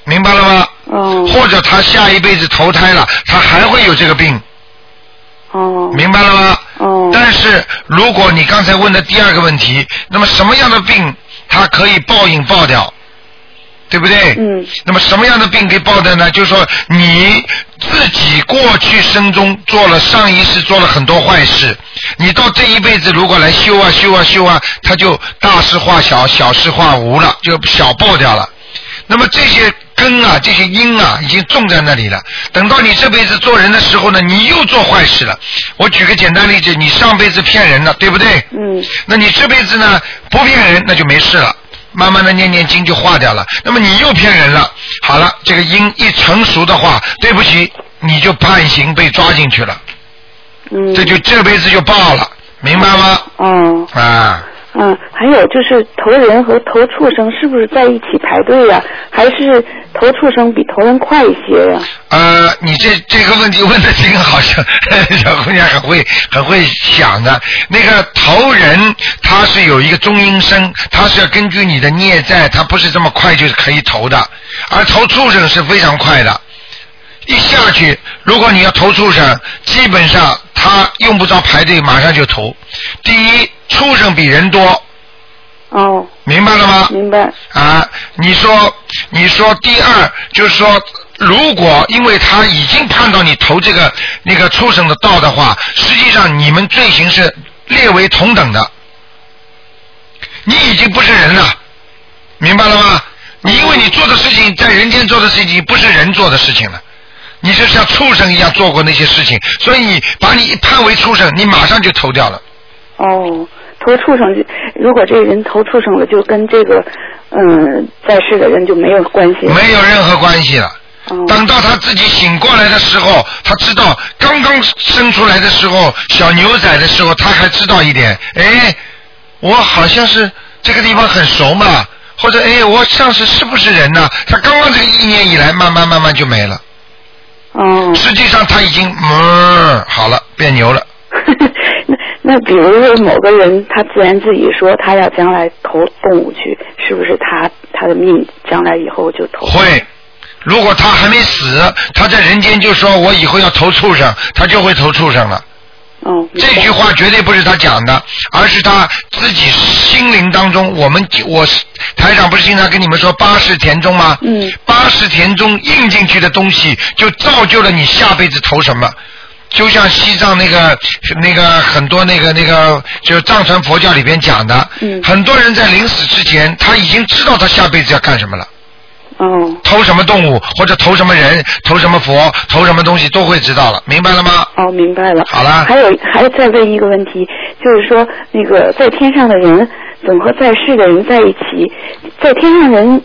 Speaker 2: 明白了吗？
Speaker 6: 嗯
Speaker 7: 哦
Speaker 2: 或者他下一辈子投胎了，他还会有这个病，
Speaker 7: 哦
Speaker 2: 明白了吗？
Speaker 6: 嗯
Speaker 7: 哦
Speaker 2: 但是如果你刚才问的第二个问题，那么什么样的病它可以报应报掉，对不对？
Speaker 7: 嗯
Speaker 2: 那么什么样的病可以报的呢？就是说你自己过去生中做了上一世做了很多坏事，你到这一辈子如果来修啊修啊修啊，它就大事化小，小事化无了，就小爆掉了。那么这些根啊，这些因啊，已经种在那里了。等到你这辈子做人的时候呢，你又做坏事了。我举个简单例子，你上辈子骗人了，对不对？
Speaker 7: 嗯
Speaker 2: 那你这辈子呢不骗人，那就没事了。慢慢的念念经就化掉了。那么你又骗人了，好了，这个因一成熟的话，对不起，你就判刑被抓进去了，
Speaker 7: 嗯，
Speaker 2: 这就这辈子就报了，明白吗？
Speaker 7: 哦
Speaker 2: 啊，
Speaker 6: 嗯，还有就是投人和投畜生是不是在一起排队呀、还是投畜生比投人快一些呀、
Speaker 2: 呃，你这这个问题问的挺好，小 小姑娘很会很会想的。那个头人他是有一个中阴身，他是要根据你的孽债，他不是这么快就可以投的。而投畜生是非常快的，一下去，如果你要投畜生，基本上他用不着排队，马上就投。第一，畜生比人多，
Speaker 6: 哦，
Speaker 2: 明白了吗？
Speaker 6: 明白。
Speaker 2: 啊，你说，你说，第二就是说，如果因为他已经判到你投这个那个畜生的道的话，实际上你们罪行是列为同等的，你已经不是人了，明白了吗？你因为你做的事情在人间做的事情不是人做的事情了。你就像畜生一样做过那些事情，所以你把你一判为畜生，你马上就投掉了。
Speaker 6: 哦，投畜生就，如果这个人投畜生了，就跟这个嗯在世的人就没有关系。
Speaker 2: 没有任何关系了。
Speaker 6: 哦
Speaker 2: 等到他自己醒过来的时候，他知道刚刚生出来的时候，小牛仔的时候，他还知道一点，哎，我好像是这个地方很熟嘛，或者哎，我上次是不是人呢？他刚刚这个意念以来，慢慢慢慢就没了。
Speaker 6: 哦，
Speaker 2: 实际上他已经嗯好了，变牛了。
Speaker 6: 那那比如说某个人，他自然自己说他要将来投动物去，是不是他他的命将来以后就投？
Speaker 2: 会，如果他还没死，他在人间就说我以后要投畜生，他就会投畜生了。
Speaker 6: 哦，明
Speaker 2: 这
Speaker 6: 白
Speaker 2: 句话绝对不是他讲的，而是他自己心灵当中，我们我台长不是经常跟你们说八世田中吗？
Speaker 6: 嗯，
Speaker 2: 八世田中印进去的东西，就造就了你下辈子投什么。就像西藏那个那个很多那个那个，就藏传佛教里边讲的，
Speaker 6: 嗯
Speaker 2: 很多人在临死之前，他已经知道他下辈子要干什么了。
Speaker 6: 哦
Speaker 2: 投什么动物，或者投什么人，投什么佛，投什么东西都会知道了，明白了吗？
Speaker 6: 哦，明白了。
Speaker 2: 好了
Speaker 6: 还有还再问一个问题，就是说那个在天上的人总和在世的人在一起，在天上人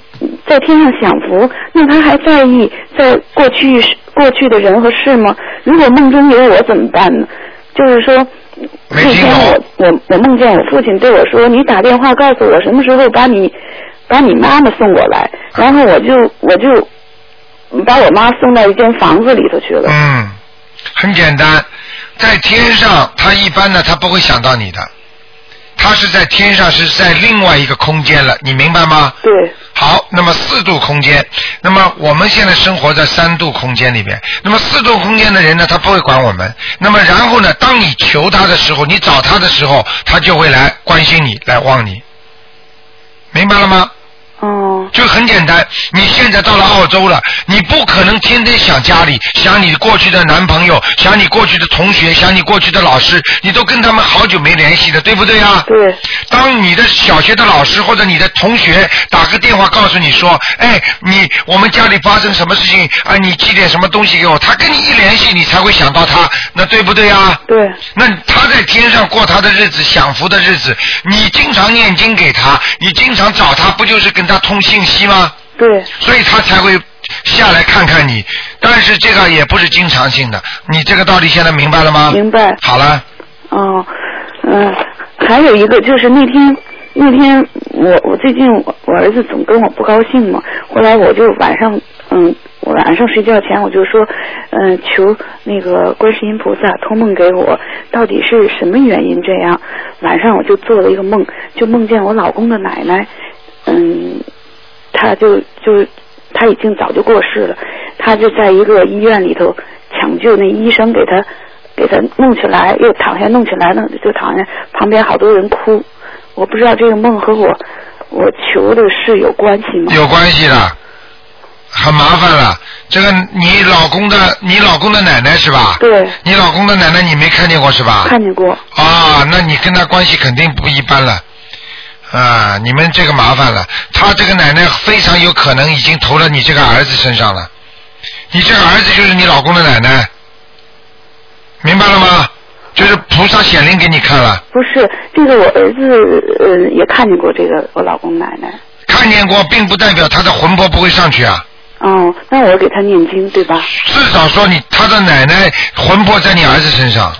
Speaker 6: 在天上享福，那他还在意在过去过去的人和事吗？如果梦中有我怎么办呢？就是说。
Speaker 2: 没
Speaker 6: 那
Speaker 2: 听
Speaker 6: 天
Speaker 2: 懂
Speaker 6: 我我我梦见我父亲对我说：“你打电话告诉我什么时候把你把你妈妈送过来。”然后我就我就把我妈送到一间房子里头去了。
Speaker 2: 嗯，很简单，在天上，他一般呢，他不会想到你的，他是在天上，是在另外一个空间了，你明白吗？
Speaker 6: 对，
Speaker 2: 好，那么四度空间，那么我们现在生活在三度空间里边，那么四度空间的人呢，他不会管我们。那么然后呢，当你求他的时候，你找他的时候，他就会来关心你，来望你，明白了吗？
Speaker 6: 哦，
Speaker 2: 就很简单，你现在到了澳洲了，你不可能天天想家里，想你过去的男朋友，想你过去的同学，想你过去的老师，你都跟他们好久没联系了，对不对啊？
Speaker 6: 对，
Speaker 2: 当你的小学的老师或者你的同学打个电话告诉你说，哎，你我们家里发生什么事情啊？你寄点什么东西给我？他跟你一联系，你才会想到他，那对不对啊？
Speaker 6: 对，
Speaker 2: 那他在天上过他的日子，享福的日子，你经常念经给他，你经常找他，不就是跟他通信息吗？
Speaker 6: 对，
Speaker 2: 所以他才会下来看看你。但是这个也不是经常性的，你这个道理现在明白了 吗？
Speaker 6: 明白。
Speaker 2: 好了，
Speaker 6: 哦，嗯、还有一个就是那天。那天我我最近我我儿子总跟我不高兴嘛，后来我就晚上嗯，我晚上睡觉前我就说，嗯、求那个观世音菩萨托梦给我，到底是什么原因这样？晚上我就做了一个梦，就梦见我老公的奶奶，嗯，他就就他已经早就过世了，他就在一个医院里头抢救，那医生给他给他弄起来，又躺下弄起来，弄就躺下，旁边好多人哭。我不知道这个梦和我我求的是有关系吗？
Speaker 2: 有关系的，很麻烦了。这个你老公的，你老公的奶奶是吧？
Speaker 6: 对，
Speaker 2: 你老公的奶奶你没看见过是吧？
Speaker 6: 看见过。
Speaker 2: 啊，那你跟他关系肯定不一般了。啊，你们这个麻烦了，他这个奶奶非常有可能已经投到你这个儿子身上了，你这个儿子就是你老公的奶奶，明白了吗？就是菩萨显灵给你看了，
Speaker 6: 不是，这个我儿子呃也看见过这个我老公奶奶。
Speaker 2: 看见过，并不代表他的魂魄不会上去啊。
Speaker 6: 哦，那我给他念经对吧？
Speaker 2: 至少说你他的奶奶魂魄在你儿子身上，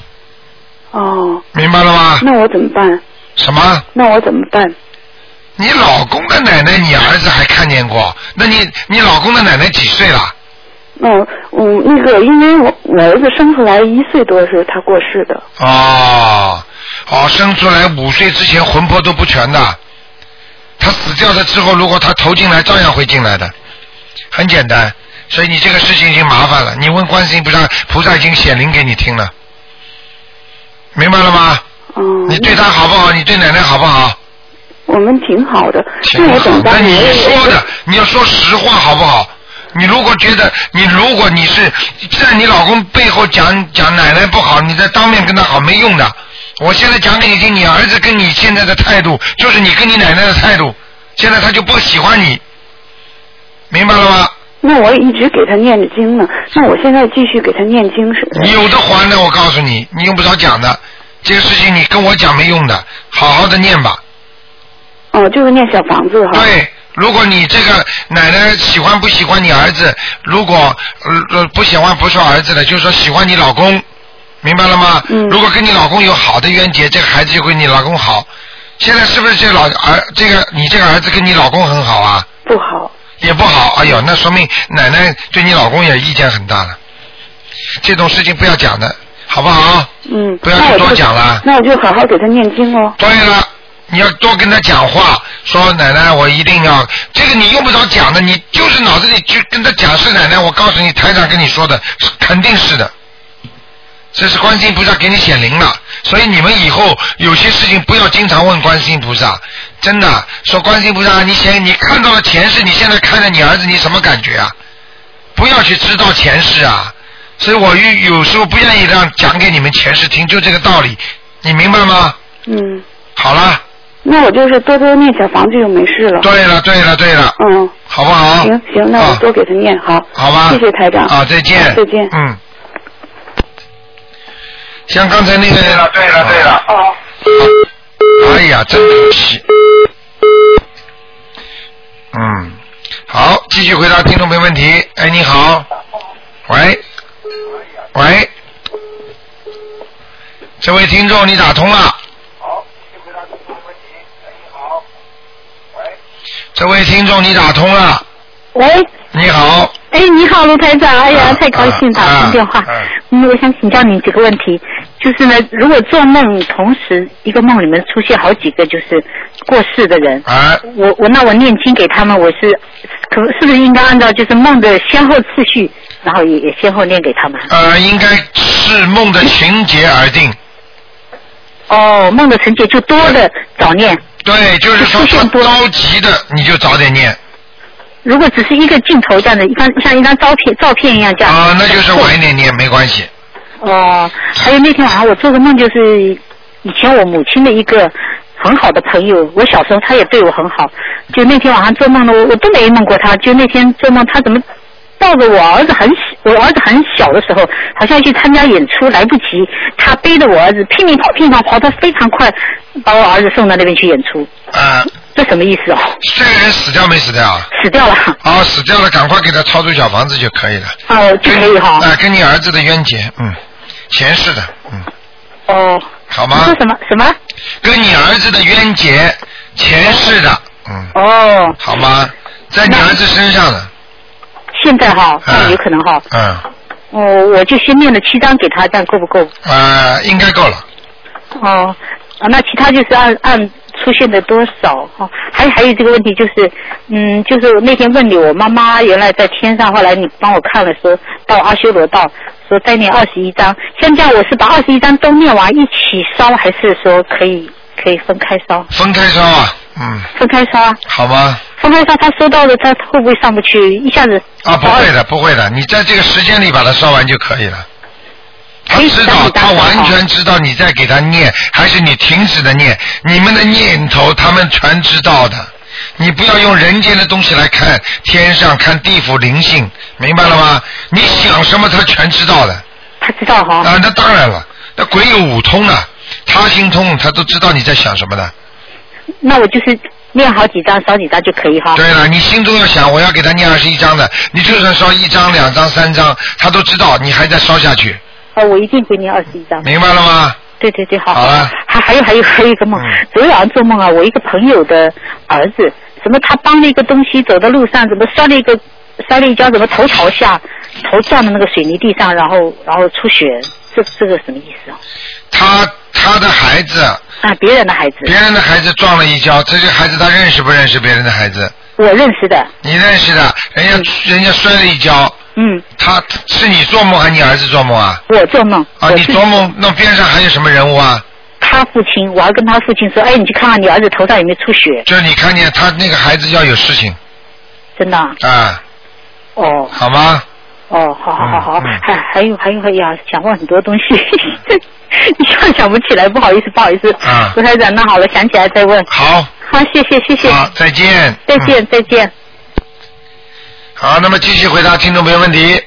Speaker 6: 哦，
Speaker 2: 明白了吗？
Speaker 6: 那我怎么办？
Speaker 2: 什么？
Speaker 7: 那我怎么办？
Speaker 2: 你老公的奶奶，你儿子还看见过？那你你老公的奶奶几岁了？
Speaker 7: 那我我哦嗯那个，因为我我儿子生出来一岁多的时候他过世的，
Speaker 2: 哦，哦，生出来五岁之前魂魄都不全的，他死掉了之后，如果他投进来，照样会进来的，很简单。所以你这个事情已经麻烦了，你问观世音菩萨，菩萨已经显灵给你听了，明白了吗？
Speaker 7: 嗯，
Speaker 2: 你对他好不好？你对奶奶好不好？
Speaker 7: 我们挺好的。
Speaker 2: 挺
Speaker 7: 那我怎
Speaker 2: 好
Speaker 7: 么
Speaker 2: 那
Speaker 7: 办？
Speaker 2: 你
Speaker 7: 我也
Speaker 2: 说的，你要说实话好不好？你如果觉得，你如果你是在你老公背后讲讲奶奶不好，你在当面跟他好没用的。我现在讲给你听，你儿子跟你现在的态度，就是你跟你奶奶的态度。现在他就不喜欢你，明白了吗？
Speaker 7: 那我一直给他念着经呢。那我现在继续给他念经是？
Speaker 2: 你有的还的，我告诉你，你用不着讲的。这个事情你跟我讲没用的，好好的念吧。嗯
Speaker 7: 哦，就是念小房子哈。。
Speaker 2: 对，如果你这个奶奶喜欢不喜欢你儿子，如果呃呃不喜欢不说儿子的，就是说喜欢你老公，明白了吗？
Speaker 7: 嗯
Speaker 2: 如果跟你老公有好的冤结，这个孩子就跟你老公好。现在是不是这老儿这个你这个儿子跟你老公很好啊？
Speaker 7: 不好。
Speaker 2: 也不好，哎呦，那说明奶奶对你老公也意见很大了。这种事情不要讲的，好不好？
Speaker 7: 嗯。
Speaker 2: 不要
Speaker 7: 那我
Speaker 2: 去多
Speaker 7: 就
Speaker 2: 讲了
Speaker 7: 那我就好好给他念经哦。
Speaker 2: 对了，你要多跟他讲话，说奶奶，我一定要这个，你用不着讲的，你就是脑子里去跟他讲是奶奶，我告诉你，台长跟你说的，是肯定是的。这是观世音菩萨给你显灵了，所以你们以后有些事情不要经常问观世音菩萨，真的说观世音菩萨，你显你看到了前世，你现在看着你儿子，你什么感觉啊？不要去知道前世啊！所以我有有时候不愿意让讲给你们前世听，就这个道理，你明白吗？
Speaker 7: 嗯。
Speaker 2: 好了，
Speaker 7: 那我就是多多念小房子就没事了。
Speaker 2: 对哦了，对了，对了，
Speaker 7: 嗯，
Speaker 2: 好不好？
Speaker 7: 行行，那我
Speaker 2: 啊
Speaker 7: 多给他念好。
Speaker 2: 好吧。
Speaker 7: 谢谢台长。
Speaker 2: 啊，再见。
Speaker 7: 再见。
Speaker 2: 嗯。像刚才那个。啊
Speaker 3: 对了对了对了，
Speaker 4: 哦，
Speaker 7: 哦
Speaker 2: 哎呀，真可惜。嗯，好，继续回答听众朋友问题。哎，你好，喂，喂，这位听众你打通了。这位听众，你打通了。
Speaker 5: 喂，
Speaker 2: 你好，
Speaker 5: 哎，你好，卢台长，哎呀，
Speaker 2: 啊
Speaker 5: 太高兴
Speaker 2: 啊
Speaker 5: 打
Speaker 2: 啊
Speaker 5: 通电话
Speaker 2: 啊。
Speaker 5: 嗯，我想请教你几个问题，就是呢，如果做梦同时一个梦里面出现好几个就是过世的人，
Speaker 2: 哎，
Speaker 5: 我我那我念经给他们，我是可是不是应该按照就是梦的先后次序，然后也也先后念给他们？
Speaker 2: 呃，应该是梦的情节而定。啊
Speaker 5: 哦，梦的情节就多的早念，
Speaker 2: 对，就是说
Speaker 5: 出
Speaker 2: 他
Speaker 5: 现多
Speaker 2: 着急的，你就早点念
Speaker 5: 如果只是一个镜头这样的，一张像一张照片照片一样这样。
Speaker 2: 啊、那就是晚一点念没关系。
Speaker 5: 哦，还有那天晚上我做个梦，就是以前我母亲的一个很好的朋友，我小时候她也对我很好。就那天晚上做梦呢，我我都没梦过她。就那天做梦，她怎么抱着我儿子很小，我儿子很小的时候，好像去参加演出来不及，她背着我儿子拼命跑，拼命跑，跑得非常快，把我儿子送到那边去演出。
Speaker 2: 呃，
Speaker 5: 这什么意思哦？
Speaker 2: 这个人死掉没死掉啊？
Speaker 5: 死掉了，
Speaker 2: 啊，死掉了，赶快给他超出小房子就可以了。
Speaker 5: 哦，就可以哈
Speaker 2: 啊、。跟你儿子的冤结，嗯，前世的，嗯，
Speaker 5: 哦，
Speaker 2: 好
Speaker 5: 你
Speaker 2: 吗
Speaker 5: 说？什么什么？
Speaker 2: 跟你儿子的冤结，前世的，嗯，
Speaker 5: 哦，
Speaker 2: 好吗？在你儿子身上的，
Speaker 5: 现在哈，
Speaker 2: 哎
Speaker 5: 那有可能哈。
Speaker 2: 嗯，
Speaker 5: 哦，我就先念了七张给他，这样够不够？
Speaker 2: 呃，应该够了。
Speaker 5: 哦，啊，那其他就是按按出现的多少哦。还还有这个问题就是，嗯，就是我那天问你，我妈妈原来在天上，后来你帮我看了说到阿修罗道，说再念二十一章。现在我是把二十一章都念完一起烧，还是说可以可以分开烧？
Speaker 2: 分开烧啊，嗯，
Speaker 5: 分开烧啊，
Speaker 2: 好吗？
Speaker 5: 分开烧，他收到的他会不会上不去？一下子
Speaker 2: 啊，不会的，不会的，你在这个时间里把它烧完就可以了。他
Speaker 5: 可以
Speaker 2: 知
Speaker 5: 把
Speaker 2: 道，
Speaker 5: 你打
Speaker 2: 他
Speaker 5: 扫
Speaker 2: 完
Speaker 5: 好
Speaker 2: 全知道你在给他念，还是你停止的念，你们的念头他们全知道的。你不要用人间的东西来看天上、看地府灵性，明白了吗？你想什么他全知道的
Speaker 5: 他知道哈、
Speaker 2: 啊，那当然了，那鬼有五通啊，他心通，他都知道你在想什么的。
Speaker 5: 那我就是念好几张，烧几张就可以哈、
Speaker 2: 对了，你心中要想，我要给他念二十一章的，你就算烧一章、两章、三章，他都知道，你还在烧下去，
Speaker 5: 哦，我一定会念二十一章。
Speaker 2: 明白了吗？
Speaker 6: 对对对，好。
Speaker 2: 好了
Speaker 6: 还还有还有还有一个梦
Speaker 2: 嗯，
Speaker 6: 昨天晚上做梦啊，我一个朋友的儿子，什么他帮了一个东西，走到路上怎么摔了一个摔了一跤，怎么头朝下，头撞到那个水泥地上，然后然后出血，这这个什么意思啊？
Speaker 2: 他他的孩子，
Speaker 6: 啊，别人的孩子，
Speaker 2: 别人的孩子撞了一跤，这个孩子他认识不认识别人的孩子？
Speaker 6: 我认识的，
Speaker 2: 你认识的，人家、人家摔了一跤，
Speaker 6: 嗯，
Speaker 2: 他是你做梦还是你儿子做梦啊？
Speaker 6: 我做梦，
Speaker 2: 啊，
Speaker 6: 我
Speaker 2: 你
Speaker 6: 自己
Speaker 2: 做梦那边上还有什么人物啊？
Speaker 6: 他父亲，我还跟他父亲说，哎，你去看看你儿子头上有没有出血，
Speaker 2: 就是你看见他那个孩子要有事情
Speaker 6: 真的啊，
Speaker 2: 啊，
Speaker 6: 哦
Speaker 2: 好吗？
Speaker 6: 哦，好好好好，
Speaker 2: 嗯嗯
Speaker 6: 还还有还有哎呀，想问很多东西， 一下想不起来，不好意思不好意思，
Speaker 2: 啊
Speaker 6: 吴台长，那好了，想起来再问。
Speaker 2: 好，
Speaker 6: 好，谢谢谢谢，
Speaker 2: 好，再见。
Speaker 6: 再见、
Speaker 2: 嗯
Speaker 6: 再见。
Speaker 2: 好，那么继续回答听众朋友问 题。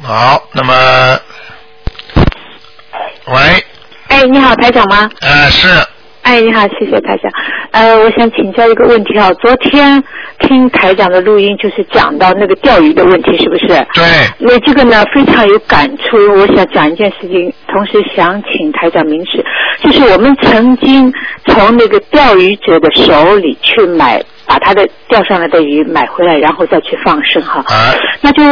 Speaker 2: 好，那么，喂，
Speaker 5: 哎，你好，台长吗？
Speaker 2: 呃，是，
Speaker 5: 哎，你好，谢谢台长。呃，我想请教一个问题啊，昨天听台长的录音，就是讲到那个钓鱼的问题，是不是？
Speaker 2: 对，
Speaker 5: 那这个呢非常有感触，我想讲一件事情，同时想请台长明示，就是我们曾经从那个钓鱼者的手里去买，把他的钓上来的鱼买回来，然后再去放生哈。
Speaker 2: 啊，
Speaker 5: 那就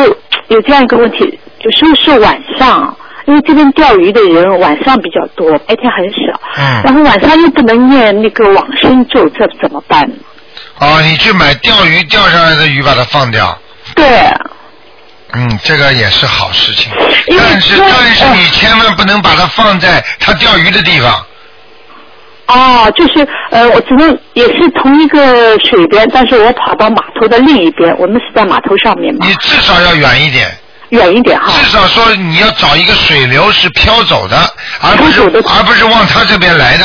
Speaker 5: 有这样一个问题，有时候是晚上，因为这边钓鱼的人晚上比较多，白天很少，然
Speaker 2: 嗯，
Speaker 5: 后晚上又不能念那个往生咒，这怎么办？
Speaker 2: 哦，你去买钓鱼钓上来的鱼，把它放掉，
Speaker 5: 对，
Speaker 2: 嗯，这个也是好事情，
Speaker 5: 因为
Speaker 2: 但是
Speaker 5: 因为
Speaker 2: 但是
Speaker 5: 嗯
Speaker 2: 你千万不能把它放在它钓鱼的地方，
Speaker 5: 哦，就是呃，我只能也是同一个水边，但是我跑到码头的另一边，我们是在码头上面嘛
Speaker 2: 你，至少要远一点。
Speaker 5: 远一点哈。
Speaker 2: 至少说你要找一个水流是飘走的，而不是
Speaker 5: 飘走的
Speaker 2: 而不是往他这边来的。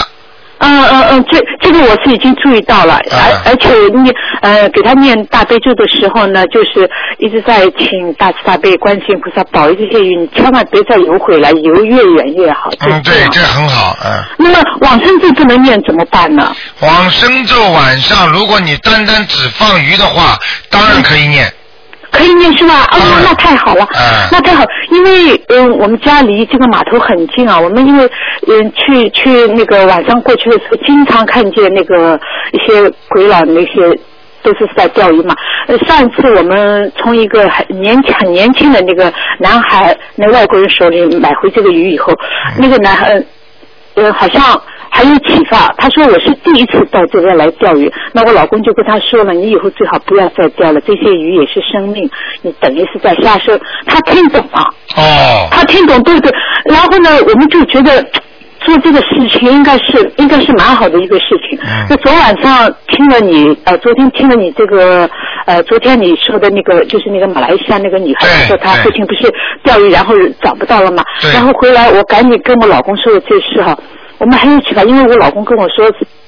Speaker 5: 嗯嗯嗯，这这个我是已经注意到了，而、
Speaker 2: 啊
Speaker 5: 而且念呃给他念大悲咒的时候呢，就是一直在请大慈大悲观世音菩萨保佑这些鱼，你千万别再游回来，游越远越好。就
Speaker 2: 嗯，
Speaker 5: 这
Speaker 2: 对，
Speaker 5: 样
Speaker 2: 这很好。嗯，
Speaker 5: 那么往生咒不能念怎么办呢？
Speaker 2: 往生咒晚上，如果你单单只放鱼的话，当然可以念。
Speaker 5: 可以念是吧？哦
Speaker 2: 嗯，
Speaker 5: 那太好了，
Speaker 2: 嗯
Speaker 5: 那太好，因为嗯，我们家离这个码头很近啊，我们因为嗯去去那个晚上过去的时候，经常看见那个一些鬼佬那些。都是在钓鱼嘛。呃，上一次我们从一个很年轻很年轻的那个男孩，那外国人手里买回这个鱼以后，那个男孩呃呃，好像很有启发。他说我是第一次到这边来钓鱼，那我老公就跟他说了，你以后最好不要再钓了，这些鱼也是生命，你等于是在下手。他听懂了，
Speaker 2: 哦，
Speaker 5: 他听懂对不对？然后呢，我们就觉得做这个事情应该是应该是蛮好的一个事情。
Speaker 2: 嗯
Speaker 5: 那昨晚上听了你呃，昨天听了你这个呃，昨天你说的那个就是那个马来西亚那个女孩
Speaker 2: 对
Speaker 5: 子说她
Speaker 2: 对
Speaker 5: 父亲不是钓鱼然后找不到了嘛
Speaker 2: 对，
Speaker 5: 然后回来我赶紧跟我老公说了这事哈、我们还一起吧，因为我老公跟我说。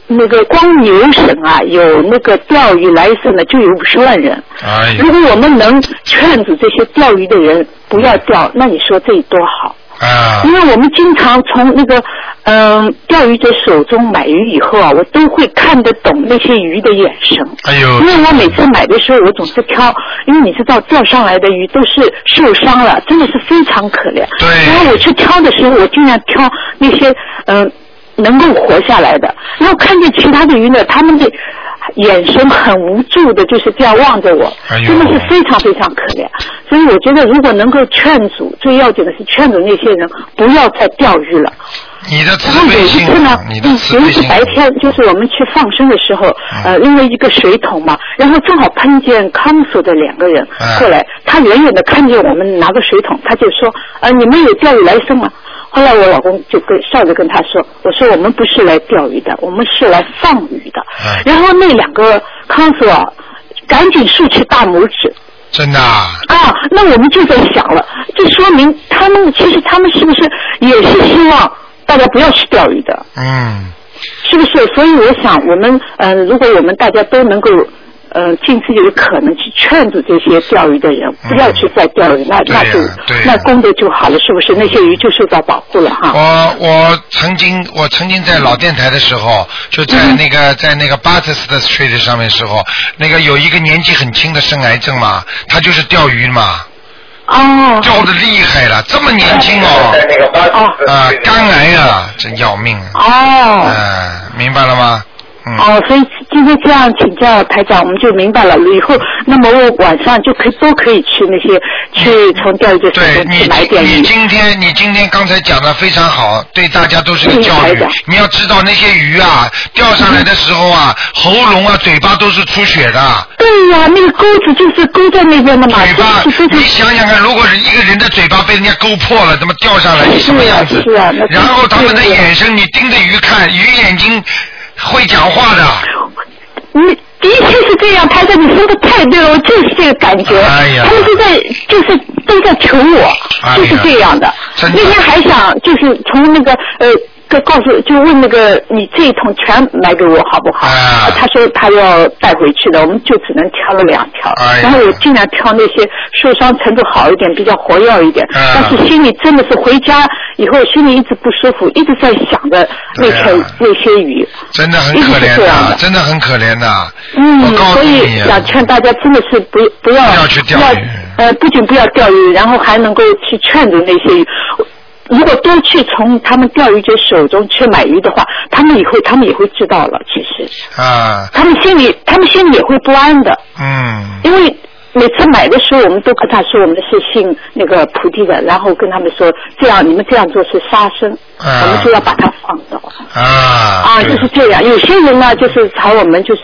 Speaker 5: 那个光牛省啊，有那个钓鱼来生的就有五十万人，
Speaker 2: 哎呀
Speaker 5: 如，果我们能劝阻这些钓鱼的人不要钓，那你说这多好？
Speaker 2: 啊
Speaker 5: 因，为我们经常从那个嗯、钓鱼者手中买鱼以后啊，我都会看得懂那些鱼的眼神。
Speaker 2: 哎呦
Speaker 5: 因，为我每次买的时候，我总是挑，因为你知道钓上来的鱼都是受伤了，真的是非常可怜。
Speaker 2: 对
Speaker 5: 然后我去挑的时候，我尽量挑那些嗯、呃能够活下来的。然后看见其他的鱼呢，他们的眼神很无助的，就是这样望着我，
Speaker 2: 哎呦
Speaker 5: 真的是非常非常可怜。所以我觉得，如果能够劝阻，最要紧的是劝阻那些人不要再钓鱼了。
Speaker 2: 你的
Speaker 5: 然
Speaker 2: 慈
Speaker 5: 后有
Speaker 2: 悲
Speaker 5: 一
Speaker 2: 心啊
Speaker 5: 次呢，，
Speaker 2: 你的
Speaker 5: 嗯
Speaker 2: 慈
Speaker 5: 有
Speaker 2: 悲
Speaker 5: 一次
Speaker 2: 心。啊嗯
Speaker 5: 白天就是我们去放生的时候，呃，因为一个水桶嘛，然后正好碰见康索的两个人
Speaker 2: 嗯
Speaker 5: 过来，他远远的看见我们拿个水桶，他就说，呃，你们有钓鱼来生吗？后来我老公就跟笑着跟他说：“我说我们不是来钓鱼的，我们是来放鱼的。
Speaker 2: 嗯
Speaker 5: 然后那两个康索啊赶紧竖起大拇指，
Speaker 2: 真的啊，
Speaker 5: 啊，那我们就在想了，这说明他们其实他们是不是也是希望大家不要去钓鱼的，
Speaker 2: 嗯，
Speaker 5: 是不是？所以我想，我们嗯、呃如果我们大家都能够呃，尽自己的可能去劝阻这些钓鱼的人，不要去再钓鱼，那
Speaker 2: 嗯对呀
Speaker 5: 那就
Speaker 2: 对呀
Speaker 5: 那功德就好了，是不是？那些鱼就受到保护了哈。
Speaker 2: 我我曾经我曾经在老电台的时候，就在
Speaker 5: 嗯
Speaker 2: 那个、在那个巴特斯的 street 上面时候，那个有一个年纪很轻的生癌症嘛，他就是钓鱼嘛，
Speaker 5: 哦
Speaker 2: 钓的厉害了，这么
Speaker 3: 哎
Speaker 2: 年轻哦，
Speaker 8: 那个巴士
Speaker 2: 啊、肝癌啊，真要命啊，
Speaker 5: 哦。
Speaker 2: 哎、明白了吗？嗯，
Speaker 5: 哦，所以今天这样请教台长，我们就明白了。以后，那么我晚上就可以都可以去那些去从钓鱼的时
Speaker 2: 对
Speaker 5: 候
Speaker 2: 你
Speaker 5: 去买
Speaker 2: 今，
Speaker 5: 点
Speaker 2: 你
Speaker 5: 鱼。
Speaker 2: 今天你今天刚才讲的非常好，对大家都是个教
Speaker 5: 谢谢台
Speaker 2: 育
Speaker 5: 长。
Speaker 2: 你要知道那些鱼啊，钓上来的时候啊，
Speaker 5: 嗯
Speaker 2: 喉咙啊、嘴巴都是出血的，
Speaker 5: 对呀、那个钩子就是钩在那边的嘛，
Speaker 2: 嘴巴
Speaker 5: 就是就
Speaker 2: 你
Speaker 5: 是
Speaker 2: 想想看，如果是一个人的嘴巴被人家勾破了，怎么钓上来你什么样子？
Speaker 5: 是啊是啊那是
Speaker 2: 然后他们的
Speaker 5: 对对
Speaker 2: 眼神，你盯着鱼看，鱼眼睛会讲话的。
Speaker 5: 你的确是这样，台长，你说的太对了，我就是这个感觉。
Speaker 2: 哎呀
Speaker 5: 他们就在就是都在求
Speaker 2: 哎呀
Speaker 5: 我，就是这样的。
Speaker 2: 真的
Speaker 5: 那天还想就是从那个呃。告告诉就问那个你这一桶全买给我好不好？
Speaker 2: 啊
Speaker 5: 他说他要带回去的，我们就只能挑了两条。
Speaker 2: 哎呀
Speaker 5: 然后我尽量挑那些受伤程度好一点、比较活跃一点，
Speaker 2: 啊
Speaker 5: 但是心里真的是回家以后心里一直不舒服，一直在想着那些、
Speaker 2: 对呀
Speaker 5: 那些鱼。
Speaker 2: 真的很可
Speaker 5: 一
Speaker 2: 怜啊
Speaker 5: 直是这样的
Speaker 2: 真的很可怜的。我
Speaker 5: 嗯，
Speaker 2: 告诉
Speaker 5: 所
Speaker 2: 你
Speaker 5: 以
Speaker 2: 啊，
Speaker 5: 想劝大家真的是不不要
Speaker 2: 不要去钓鱼
Speaker 5: 不要呃，不仅不要钓鱼，然后还能够去劝阻那些鱼。如果多去从他们钓鱼者手中去买鱼的话，他们以后他们也会知道了。其实
Speaker 2: 啊，
Speaker 5: 他们心里他们心里也会不安的，
Speaker 2: 嗯，
Speaker 5: 因为每次买的时候我们都跟他说我们是信那个菩提的，然后跟他们说这样你们这样做是杀生，
Speaker 2: 啊
Speaker 5: 我们就要把它放倒。
Speaker 2: 啊，
Speaker 5: 啊，
Speaker 2: 对
Speaker 5: 就是这样。有些人呢，就是朝我们就是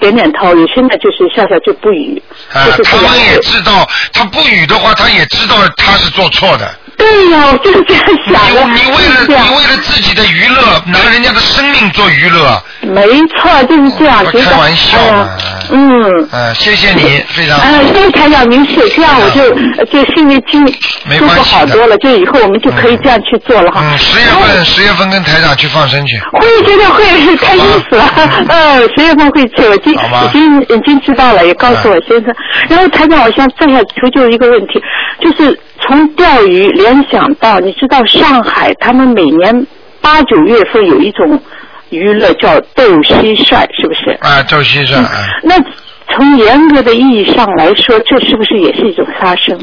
Speaker 5: 点点头；有些呢，就是笑笑就不语，
Speaker 2: 啊
Speaker 5: 就，是
Speaker 2: 他
Speaker 5: 这样
Speaker 2: 们。也知道，他不语的话，他也知道他是做错的。
Speaker 5: 对呀、我就是这样
Speaker 2: 你
Speaker 5: 想的。
Speaker 2: 你为
Speaker 5: 就是
Speaker 2: 了
Speaker 5: 这样
Speaker 2: 你为了自己的娱乐，拿人家的生命做娱乐，
Speaker 5: 没错，就是这样。
Speaker 2: 不
Speaker 5: 觉
Speaker 2: 啊
Speaker 5: 得
Speaker 2: 开玩笑
Speaker 5: 哎呀
Speaker 2: 嘛
Speaker 5: 嗯。
Speaker 2: 呃，谢谢你，非常好
Speaker 5: 哎，谢谢台长您是这样，我就呃就心里经
Speaker 2: 没
Speaker 5: 舒
Speaker 2: 关系
Speaker 5: 服好多了，就以后我们就可以这样去做了哈。
Speaker 2: 嗯，十月份十月份跟台长去放生去，
Speaker 5: 会，真的会，太辛苦了。嗯，十月份会去，我今
Speaker 2: 嗯好吗
Speaker 5: 已经已经知道了，也告诉我先生。然后台长，我想再想求救一个问题，就是从钓鱼联想到，你知道上海他们每年八九月份有一种娱乐叫斗蟋蟀，是不是？
Speaker 2: 啊，周先生，啊
Speaker 5: 那从严格的意义上来说，这是不是也是一种杀生？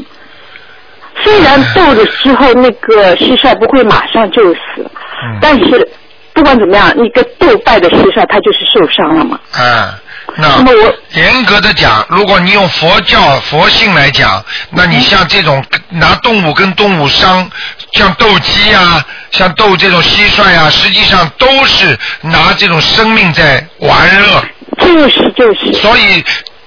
Speaker 5: 虽然斗的时候那个蟋蟀不会马上就死，
Speaker 2: 嗯
Speaker 5: 但是不管怎么样，你个斗败的蟋蟀它就是受伤了嘛。
Speaker 2: 啊，
Speaker 5: 那么
Speaker 2: 那
Speaker 5: 我
Speaker 2: 严格的讲，如果你用佛教佛性来讲，那你像这种拿动物跟动物伤，像斗鸡啊，像斗这种蟋蟀啊，实际上都是拿这种生命在玩乐。
Speaker 5: 就是就是，
Speaker 2: 所以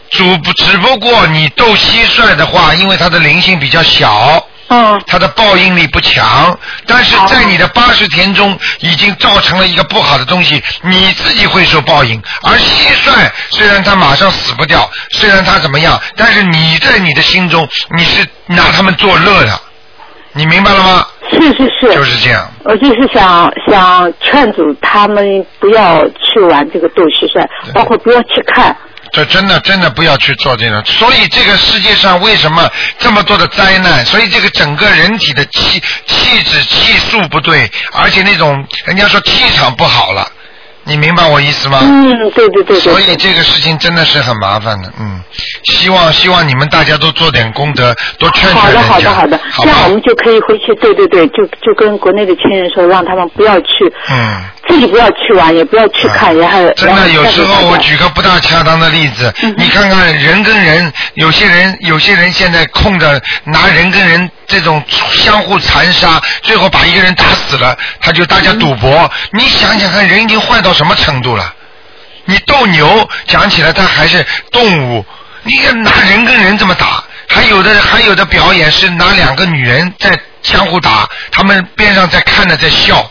Speaker 2: 主不只不过你斗蟋蟀的话，因为它的灵性比较小，
Speaker 5: 嗯，
Speaker 2: 它的报应力不强，但是在你的八十天中已经造成了一个不好的东西，你自己会受报应。而蟋蟀虽然它马上死不掉，虽然它怎么样，但是你在你的心中你是拿它们作乐的，你明白了吗？
Speaker 5: 是是是，
Speaker 2: 就是这样。
Speaker 5: 我就是想想劝阻他们不要去玩这个斗蟋蟀，包括不要去看。
Speaker 2: 这真的真的不要去做这种，所以这个世界上为什么这么多的灾难？所以这个整个人体的气气质气数不对，而且那种人家说气场不好了，你明白我意思吗？
Speaker 5: 嗯，对对对
Speaker 2: 所
Speaker 5: 对。
Speaker 2: 以这个事情真的是很麻烦的，嗯，希望希望你们大家都做点功德，多劝
Speaker 5: 好
Speaker 2: 劝
Speaker 5: 的，
Speaker 2: 人家，
Speaker 5: 好的，好的，
Speaker 2: 好
Speaker 5: 这
Speaker 2: 吧
Speaker 5: 样我们就可以回去，对对对，就就跟国内的亲人说，让他们不要去，
Speaker 2: 嗯。
Speaker 5: 自己不要去玩，也不要去看，然后
Speaker 2: 啊真
Speaker 5: 然
Speaker 2: 的，
Speaker 5: 后
Speaker 2: 有
Speaker 5: 再
Speaker 2: 时
Speaker 5: 给大
Speaker 2: 候我
Speaker 5: 家
Speaker 2: 举个不大恰当的例子，你看看人跟人，有些人有些人现在控着拿人跟人这种相互残杀，最后把一个人打死了，他就大家赌博。你想想看，人已经坏到什么程度了？你斗牛讲起来，他还是动物，你看拿人跟人这么打，还有的还有的表演是拿两个女人在相互打，他们边上在看着在笑，